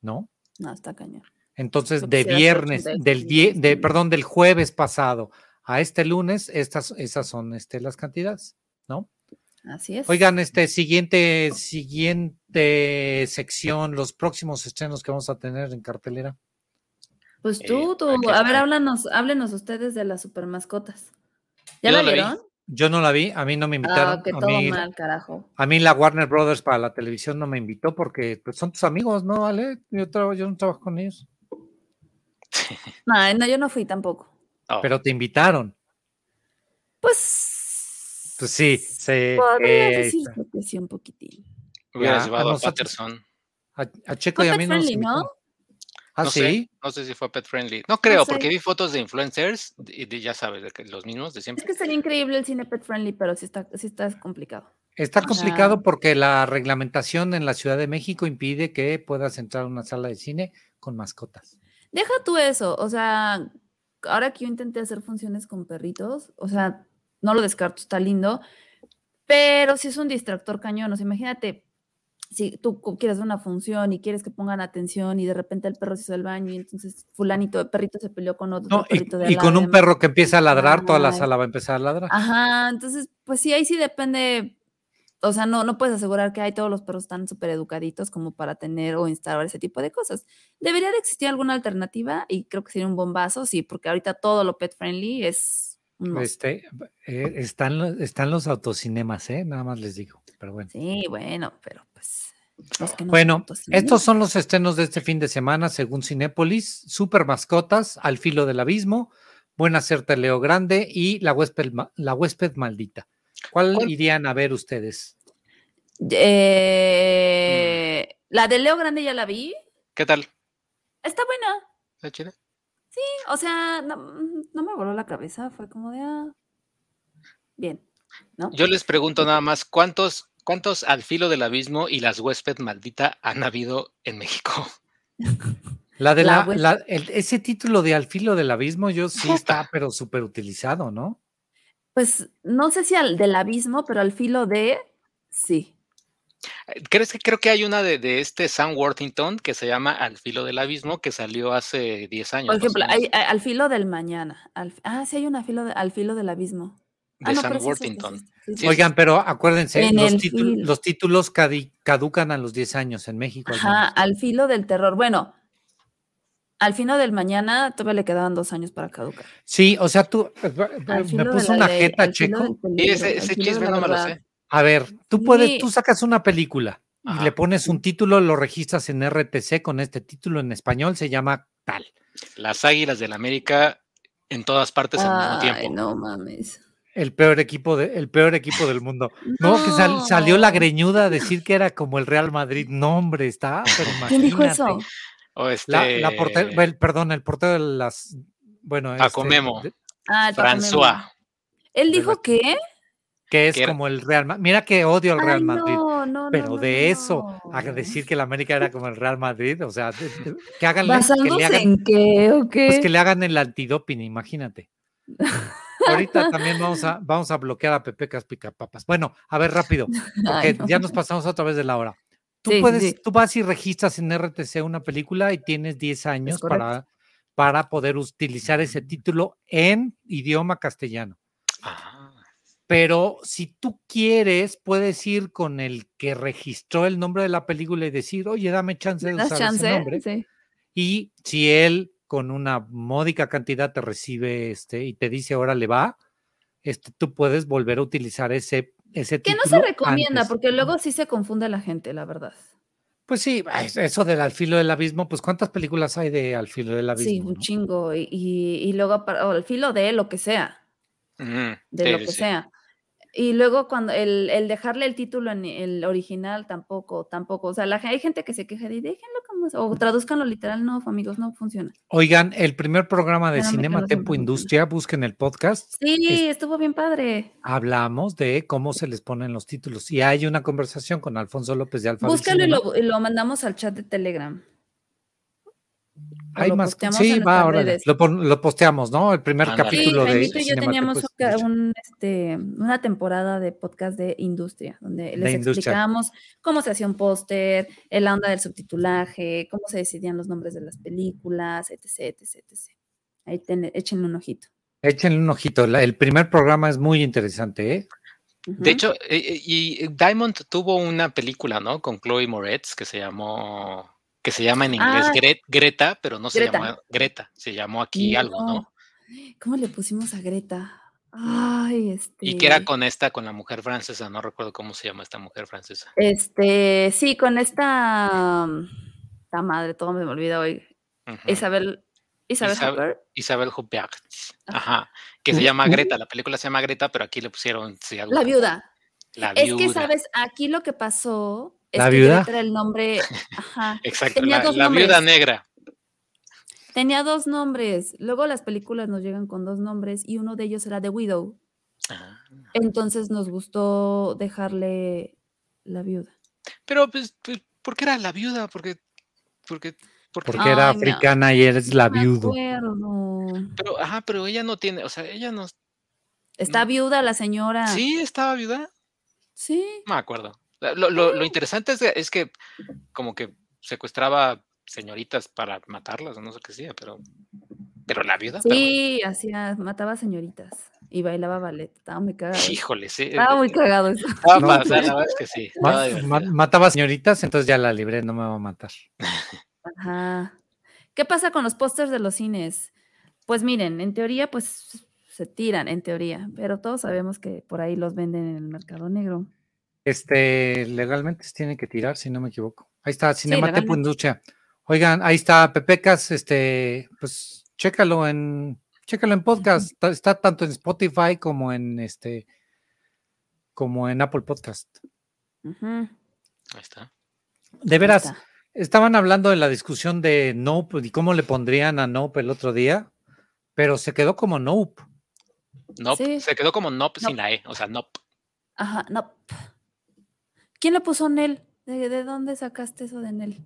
¿no? No, está cañón. Entonces, Lo que de sea, son viernes, 86 del die- millones de, también. perdón, del jueves pasado a este lunes, estas, esas son este, las cantidades, ¿no? Así es. Oigan, este siguiente, siguiente sección, los próximos estrenos que vamos a tener en cartelera. pues eh, tú, tú, aquí a ver, está. háblanos, háblenos ustedes de las supermascotas. ¿Ya Yo la no la vi. vieron? Yo no la vi, a mí no me invitaron. Ah, que a, todo mí, mal, carajo. a mí la Warner Brothers para la televisión no me invitó porque pues, son tus amigos, ¿no, Ale? Yo, traba- yo no trabajo con ellos. No, no, yo no fui tampoco. Oh, Pero te invitaron. Pues. Pues sí, se, Podría eh, decirse está. que sí, un poquitín. hubiera ya, a llevado a, nosotros- Patterson. a, a Checo Fue y a pet mí no nos friendly, invitaron. ¿no? Ah, no sí. Sé, no sé si fue pet friendly. No creo, sé. porque vi fotos de influencers, y de- ya sabes, de que los mismos de Es siempre. que sería increíble el cine pet friendly, pero sí está, sí está complicado. Está O complicado sea- porque la reglamentación en la Ciudad de México impide que puedas entrar a una sala de cine con mascotas. Deja tú eso, o sea, ahora que yo intenté hacer funciones con perritos, o sea, no lo descarto, está lindo, pero si es un distractor cañón, o sea, imagínate, si tú cu- quieres ver una función y quieres que pongan atención y de repente el perro se hizo al baño y entonces fulanito de perrito se peleó con otro No, y, perrito de Ah, y al lado con y un demás. perro que empieza a ladrar, toda la Ay. sala va a empezar a ladrar. Ajá, entonces, pues sí, ahí sí depende. O sea, no, no puedes asegurar que hay todos los perros tan súper educaditos como para tener o instalar ese tipo de cosas. Debería de existir alguna alternativa y creo que sería un bombazo, sí, porque ahorita todo lo pet friendly es un must. Este, eh, están, lo- están los autocinemas, ¿eh? Nada más les digo. Pero bueno. Sí, bueno, pero pues. los que no son Bueno, autocinemas. estos son los estrenos de este fin de semana, según Cinépolis, Super Mascotas, Al Filo del Abismo, Buena Certa Leo Grande y La Huésped, Ma- la huésped Maldita. ¿Cuál ¿Cuál? irían a ver ustedes? Eh, La de Leo Grande ya la vi. ¿Qué tal? Está buena. ¿Está chida? Sí, O sea, no, no me voló la cabeza. Fue como de. ah, bien. ¿no? Yo les pregunto nada más, ¿cuántos, cuántos al filo del abismo y las huésped maldita han habido en México? La de La la, web. la- el- ese título de Al filo del abismo, yo sí está, Puta. pero súper utilizado, ¿no? Pues no sé si al del abismo, pero al filo de sí. Eh, ¿Crees que creo que hay una de, de este Sam Worthington que se llama Al filo del abismo que salió hace 10 años? Por más o ejemplo, menos, hay- hay- al filo del mañana. al fi- ah, sí hay una filo de- al filo del abismo. Ah, de no, Sam pero sí es este, sí es Worthington. este, sí es Sí, este. Oigan, pero acuérdense, En los, el títul- filo. los títulos cadi- caducan a los 10 años en México. al Ajá, menos. al filo del terror. Bueno, al filo del mañana todavía le quedaban dos años para caducar. Sí, o sea, tú eh, Al me filo de puso la una ley, jeta, al filo del Checo. Sí, peligro, ese, al ese filo de chisme la no me lo verdad. sé. A ver, tú puedes, Sí. tú sacas una película y Ajá. le pones un título, lo registras en RTC con este título en español, se llama tal. Las águilas del América en todas partes al mismo Ay, tiempo. no mames. El peor equipo, de, el peor equipo del mundo. No, que sal- salió la No. greñuda a decir que era como el Real Madrid. No, hombre, está. Pero ¿Quién dijo imagínate. eso? O este, La, la portera, bueno, perdón, el portero de las. Bueno, este, Comemo. de- Ah, el Paco Memo. François. Él de la dijo que. que es Que era- como el Real Madrid. Mira que odio al Real Ay, Madrid, no, no, pero no, no, de eso, a no. decir que el América era como el Real Madrid, o sea, de- de- que hagan que le ¿Basándose hagan, en qué o qué? pues que le hagan el antidoping, imagínate. Ahorita también vamos a, vamos a bloquear a Pepe Caspicapapas. Bueno, a ver rápido, porque Ay, no. ya nos pasamos otra vez de la hora. Tú Sí, sí, puedes, sí. tú vas y registras en RTC una película y tienes 10 años correcto. para, para poder utilizar ese título en idioma castellano. Ah, Pero si tú quieres, puedes ir con el que registró el nombre de la película y decir, oye, dame chance de ¿Das usar chance? ese nombre. Sí. Y si él con una módica cantidad te recibe este y te dice, ahora le va, este, tú puedes volver a utilizar ese, ese Que no se título recomienda, antes. porque luego sí se confunde la gente, la verdad. Pues sí, es- eso del Al filo del abismo, pues ¿cuántas películas hay de Al filo del abismo? Sí, un no? chingo. Y, y- y luego, para- o al filo de lo que sea, Ujú, de mm, sí, lo que sí. sea. Y luego cuando el, el dejarle el título en el original tampoco, tampoco. O sea, la, gen- hay gente que se queja de déjenlo como es", O traduzcanlo literal, no, amigos, no funciona. Oigan, el primer programa de Ya no me Cinema acuerdo Tempo cómo se llama. Industria, busquen el podcast, Sí, estuvo bien padre. hablamos de cómo se les ponen los títulos y hay una conversación con Alfonso López de Alfa. del Búscalo y Cinema. lo, y lo mandamos al chat de Telegram. o Hay lo más. posteamos en Sí, va, nuestras ahora redes. lo, pon- lo posteamos, ¿no? El primer Ándale. Sí, capítulo de Jaimito y yo Cinema teníamos Tempo un ca- Industria. un, este, una temporada de podcast de industria, donde les industria. explicábamos cómo se hacía un póster, eh, la onda del subtitulaje, cómo se decidían los nombres de las películas, etc, etc, etc. Ahí ten- échenle un ojito. Échenle un ojito. la- el primer programa es muy interesante, ¿eh? Ujú. De hecho, eh, eh, y eh, Diamond tuvo una película, ¿no? Con Chloe Moretz que se llamó, que se llama en inglés Ah. Gre- Greta, pero no se Greta. llamó Greta, se llamó aquí algo, ¿no? ¿Cómo le pusimos a Greta? Ay, este. Y que era con esta, con la mujer francesa, no recuerdo cómo se llama esta mujer francesa. Este, sí, con esta. La madre, todo me olvida hoy. Ujú. Isabel. Isabel Isab- Hopper. Ah. Isabel Huppert. Ajá. Ajá. Que se llama Ujú. Greta, la película se llama Greta, pero aquí le pusieron sí, algo La como viuda. La Es que, Viuda. ¿sabes? Aquí lo que pasó es ¿La que viuda? Greta era el nombre. Ajá. Exacto, tenía la, dos la viuda nombres. negra. Tenía dos nombres. Luego las películas nos llegan con dos nombres y uno de ellos era The Widow. Ajá. Entonces nos gustó dejarle la viuda. Pero, pues, pues, ¿por qué era la viuda? Porque, porque, porque, Porque era Ay, me- africana y eres la No me viuda. acuerdo. Ah, pero, ajá, pero ella no tiene, o sea, ella no. Está viuda la señora. Sí, estaba viuda. Sí. No me acuerdo. La- Lo, lo- Mm. lo interesante es, que- es que como que secuestraba señoritas para matarlas, o no sé qué hacía, pero, pero la viuda. pero bueno. Sí, hacía, mataba señoritas y bailaba ballet. Estaba muy cagado. Híjole, sí. Estaba muy eh, cagado eso. estaba No, para- pues, la verdad es que sí. Ma- estaba ma- divertida. mataba señoritas, entonces ya la libré, no me va a matar. Ajá. ¿Qué pasa con los pósters de los cines? Pues miren, en teoría, pues se tiran, en teoría, pero todos sabemos que por ahí los venden en el mercado negro. Este, legalmente se tiene que tirar, si no me equivoco. Ahí está, Cinemate legalmente. Industria. Oigan, ahí está Pepecas, este, pues chécalo en, chécalo en podcast. ta- Está tanto en Spotify como en este, como en Apple Podcast. Ujú, ahí Ahí está. De veras, está. estaban hablando de la discusión de Nope y cómo le pondrían a Nope el otro día, pero se quedó como Nope. Nope, Sí. Se quedó como nope, sin Nope. la E. O sea, nope. Ajá, no. ¿Quién le puso Nel? ¿De, de dónde sacaste eso de Nel?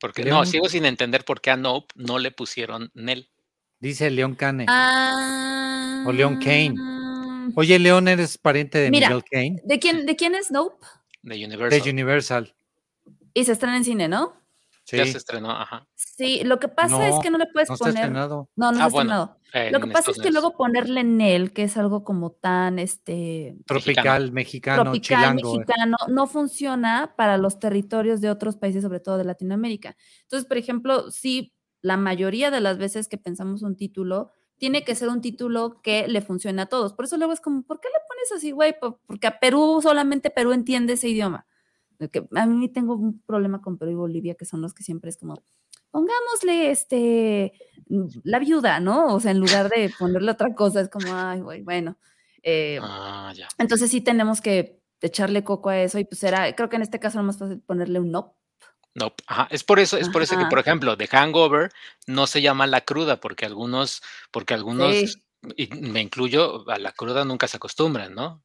Porque León. no, sigo sin entender por qué a nope no le pusieron Nel. Dice León Cane. Ah. Leon Kane. Oye, León, eres pariente de Mira, Miguel Kane, ¿De quién, ¿De quién es Nope? de de Universal. Universal. Y se estrena en cine, ¿no? Ya Sí. se estrenó, ajá. Sí, lo que pasa es No, que no le puedes No está poner. No, estrenado. no se Ah, ha bueno, estrenado. Lo en que pasa es Estados que Unidos. luego ponerle Nel, que es algo como tan este Tropical, mexicano, tropical chilango. eh. mexicano, no funciona para los territorios de otros países, sobre todo de Latinoamérica. Entonces, por ejemplo, sí, la mayoría de las veces que pensamos un título, tiene que ser un título que le funcione a todos. Por eso luego es como, ¿por qué le pones así, güey? Po- Porque a Perú, solamente Perú entiende ese idioma. De que a mí tengo un problema con Perú y Bolivia, que son los que siempre es como, pongámosle este, mm, la viuda, ¿no? O sea, en lugar de ponerle otra cosa, es como, ay, güey, bueno. Eh, Ah, ya. entonces sí tenemos que echarle coco a eso y pues era, creo que en este caso era más fácil ponerle un no. Nope, ajá. Es por eso, es por eso que, Ajá. por ejemplo, The Hangover no se llama La Cruda, porque algunos, porque algunos, Sí. y me incluyo, a la cruda nunca se acostumbran, ¿no?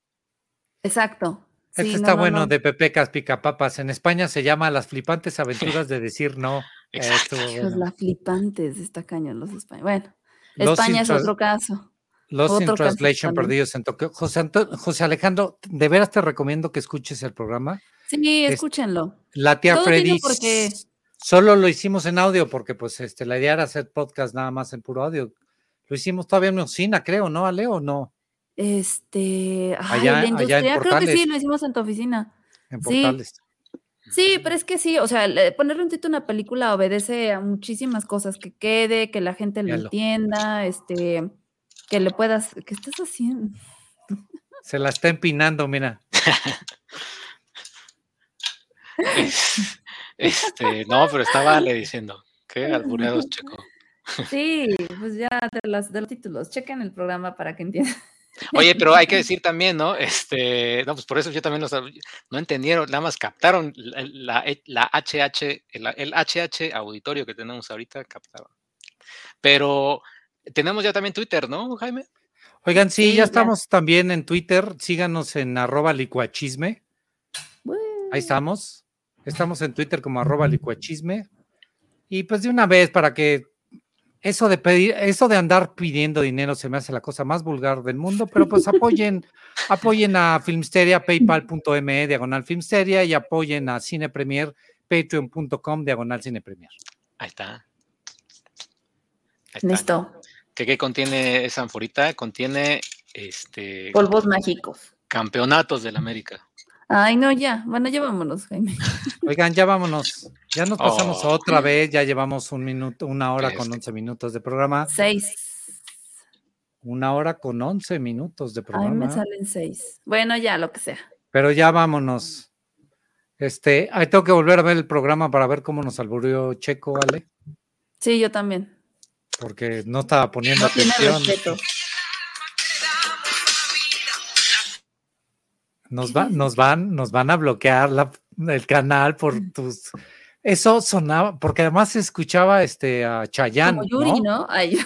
Exacto. Este Sí, no, está no, bueno no. de Pepe Caspicapapas. En España se llama Las flipantes aventuras de decir no. Eh, Exacto. estuvo Pues bueno. la flipantes está cañón los españoles. Bueno, Los España in es tra- otro caso. Los in otro caso Translation también. perdidos en Tokio. José, Anto- José Alejandro, de veras te recomiendo que escuches el programa. Sí, Es- escúchenlo. La tía Todo tiene Freddy. un porqué. s- Solo lo hicimos en audio porque pues este, la idea era hacer podcast nada más en puro audio. Lo hicimos todavía en Oncina, creo, ¿no, Ale? ¿O no? Este, ay, Allá- la allá en industria, creo que sí, Portales. lo hicimos en tu oficina. en Sí. portales. Sí, pero es que sí, o sea, le- ponerle un título a una película obedece a muchísimas cosas, que quede, que la gente lo Míralo. entienda, este, que le puedas, ¿qué estás haciendo? Se la está empinando, mira. Es- Este, no, pero estaba le diciendo. Qué albureados, Checo. Sí, pues ya de, las, de los títulos, chequen el programa para que entiendan. Oye, pero hay que decir también, ¿no? Este, no, pues por eso yo también los ab- no entendieron, nada más captaron la, la- la HH, el, el HH auditorio que tenemos ahorita, captaron. Pero tenemos ya también Twitter, ¿no, Jaime? Oigan, sí, Sí, ya. ya estamos también en Twitter. Síganos en arroba licuachisme. Ahí estamos. Estamos en Twitter como arroba licuachisme. Y pues de una vez, para que eso de pedir, eso de andar pidiendo dinero se me hace la cosa más vulgar del mundo, pero pues apoyen, apoyen a Filmsteria, paypal.me, diagonal Filmsteria, y apoyen a Cine Premier, patreon.com, diagonal Cine Premier. Ahí está. Ahí está. Listo, ¿Qué, qué contiene esa anforita? Contiene este polvos mágicos. campeonatos del América. Ay, no, ya, bueno, ya vámonos, Jaime. Oigan, ya vámonos. Ya nos pasamos Oh. otra vez, ya llevamos un minuto, una hora con Este. 11 minutos de programa. Seis. Una hora con 11 minutos de Ay, me programa. salen seis. Bueno, ya, lo que sea. Pero ya vámonos. Este, ahí tengo que volver a ver el programa para ver cómo nos alburió Checo, ¿vale? Sí, yo también. Porque no estaba poniendo No tiene atención. respeto. Nos, va- nos van, nos van a bloquear la- el canal por tus. Eso sonaba, porque además se escuchaba este a Chayanne, Como Yuri, ¿no? ¿no? Ay,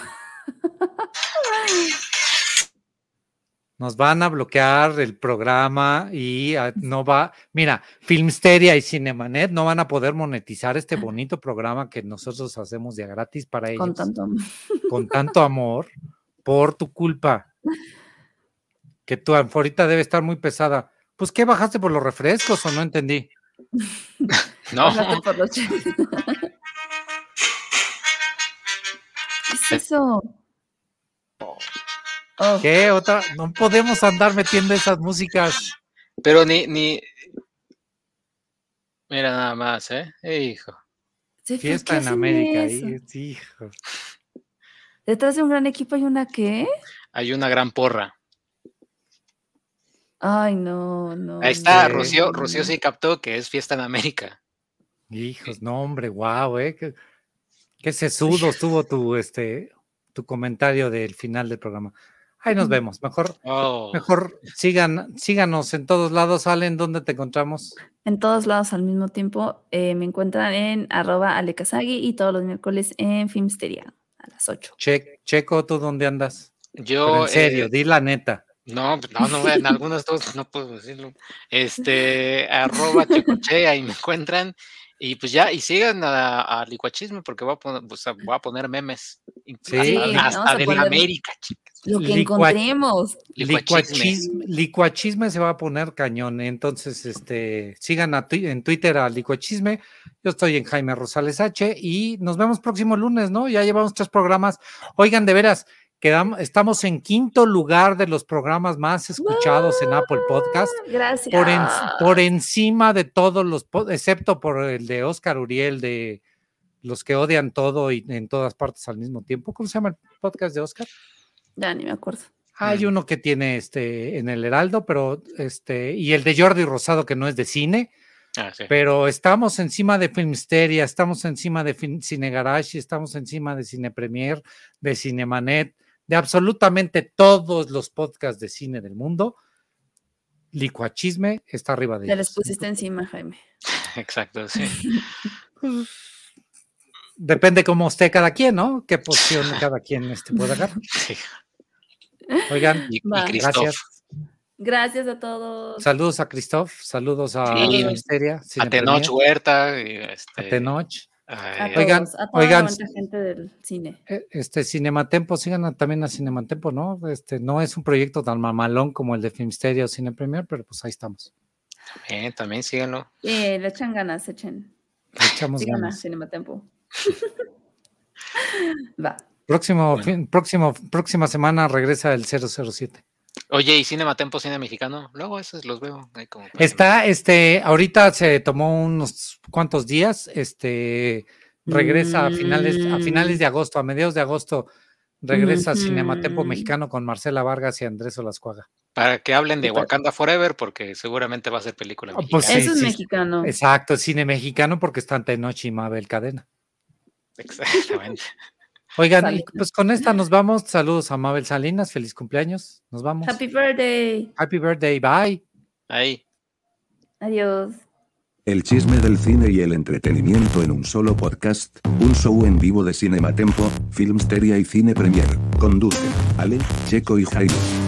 Nos van a bloquear el programa y ah, no va. Mira, Filmsteria y Cinemanet no van a poder monetizar este bonito programa que nosotros hacemos de gratis para ellos. con tanto. con tanto amor por tu culpa. Que tu anforita debe estar muy pesada. Pues, ¿qué bajaste por los refrescos o no entendí? Oh. No, Bájate por los cheques. ¿Qué es eso? Oh, ¿Qué otra? No podemos andar metiendo esas músicas. pero ni, ni. Mira nada más, ¿eh? Hijo. sí, ¿por Fiesta qué en hacen América. eso? y- sí, hijo. Detrás de un gran equipo hay una qué? Hay una gran porra. Ay, no, no. Ahí está, Hombre. Rocío, Rocío sí captó que es fiesta en América. Hijos, no, hombre, guau, eh. Qué, qué sesudo estuvo tu, este, tu comentario del final del programa. Ahí nos vemos. Mejor, Oh, mejor sigan, síganos en todos lados. Salen, ¿dónde te encontramos? En todos lados al mismo tiempo eh, me encuentran en arroba alekazagi y todos los miércoles en Filmsteria a las 8. Che- Checo, ¿tú dónde andas? Pero yo. en serio, eh, di la neta. no, pues, no, no, en algunas dos no puedo decirlo. Este, arroba checoche, ahí me encuentran. Y pues ya, y sigan a, a Licuachisme porque voy a poner, pues, a- voy a poner memes. Sí, Hasta- Sí, hasta, vamos a de poner- la América, chicas. Lo que Licua- encontremos. Licuachisme. Licuachisme, licuachisme se va a poner cañón. Entonces, este, sigan a tui- en Twitter a Licuachisme. Yo estoy en Jaime Rosales H y nos vemos próximo lunes, ¿no? Ya llevamos tres programas. Oigan, de veras, quedamos, estamos en quinto lugar de los programas más escuchados en Apple Podcast. Ah, Gracias. Por, en- por encima de todos los, po- excepto por el de Oscar Uriel, de los que odian todo y en todas partes al mismo tiempo. ¿Cómo se llama el podcast de Oscar? Ya ni me acuerdo. Hay Mm. uno que tiene este en el Heraldo, pero este, y el de Jordi Rosado, que no es de cine, Ah, sí. pero estamos encima de Filmsteria, estamos encima de Film- Cine Garage, estamos encima de Cine Premier, de Cinemanet, de absolutamente todos los podcasts de cine del mundo. Licuachisme está arriba de Te les ellos. pusiste encima, Jaime. Exacto, sí. Depende cómo esté cada quien, ¿no? Qué posición cada quien este pueda agarrar. sí. Oigan, Y, y Va. Christoph. gracias. Gracias a todos. Saludos a Christoph, saludos a Sí. Filmsteria, Cine A Tenoch Premier, Huerta. y, este, a Tenoch. ay, A ay, todos, Oigan, a toda oigan. la buena gente del cine. Eh, Este Cinematempo, sigan a- también a Cinematempo, ¿no? Este no es un proyecto tan mamalón como el de Filmsteria o Cine Premier, pero pues ahí estamos. Eh, también síganlo. Eh, le echan ganas, echen. Le echamos Sigan a ganas. Cinematempo. Va. Próximo, Bueno. fin- próximo, próxima semana regresa el 007. Oye, ¿y Cinema Tempo, Cine Mexicano? Luego esos los veo. ahí como para- Está, este, ahorita se tomó unos cuantos días, este, regresa a finales, Mm. a finales de agosto, a mediados de agosto, regresa a Cinematempo Ujú. Mexicano con Marcela Vargas y Andrés Olascuaga. Para que hablen de Súper. Wakanda Forever, porque seguramente va a ser película. Ah, pues mexicana. sí. Eso es mexicano. Exacto, cine mexicano porque están Tenoch y Mabel Cadena. Exactamente. Oigan, y Salinas. pues con esta nos vamos. Saludos a Mabel Salinas, feliz cumpleaños. Nos vamos. Happy birthday. Happy birthday, bye. Ahí. Adiós. El chisme del cine y el entretenimiento en un solo podcast, un show en vivo de Cinematempo, Filmsteria y Cine Premier. Conducen Ale, Checo y Jaime.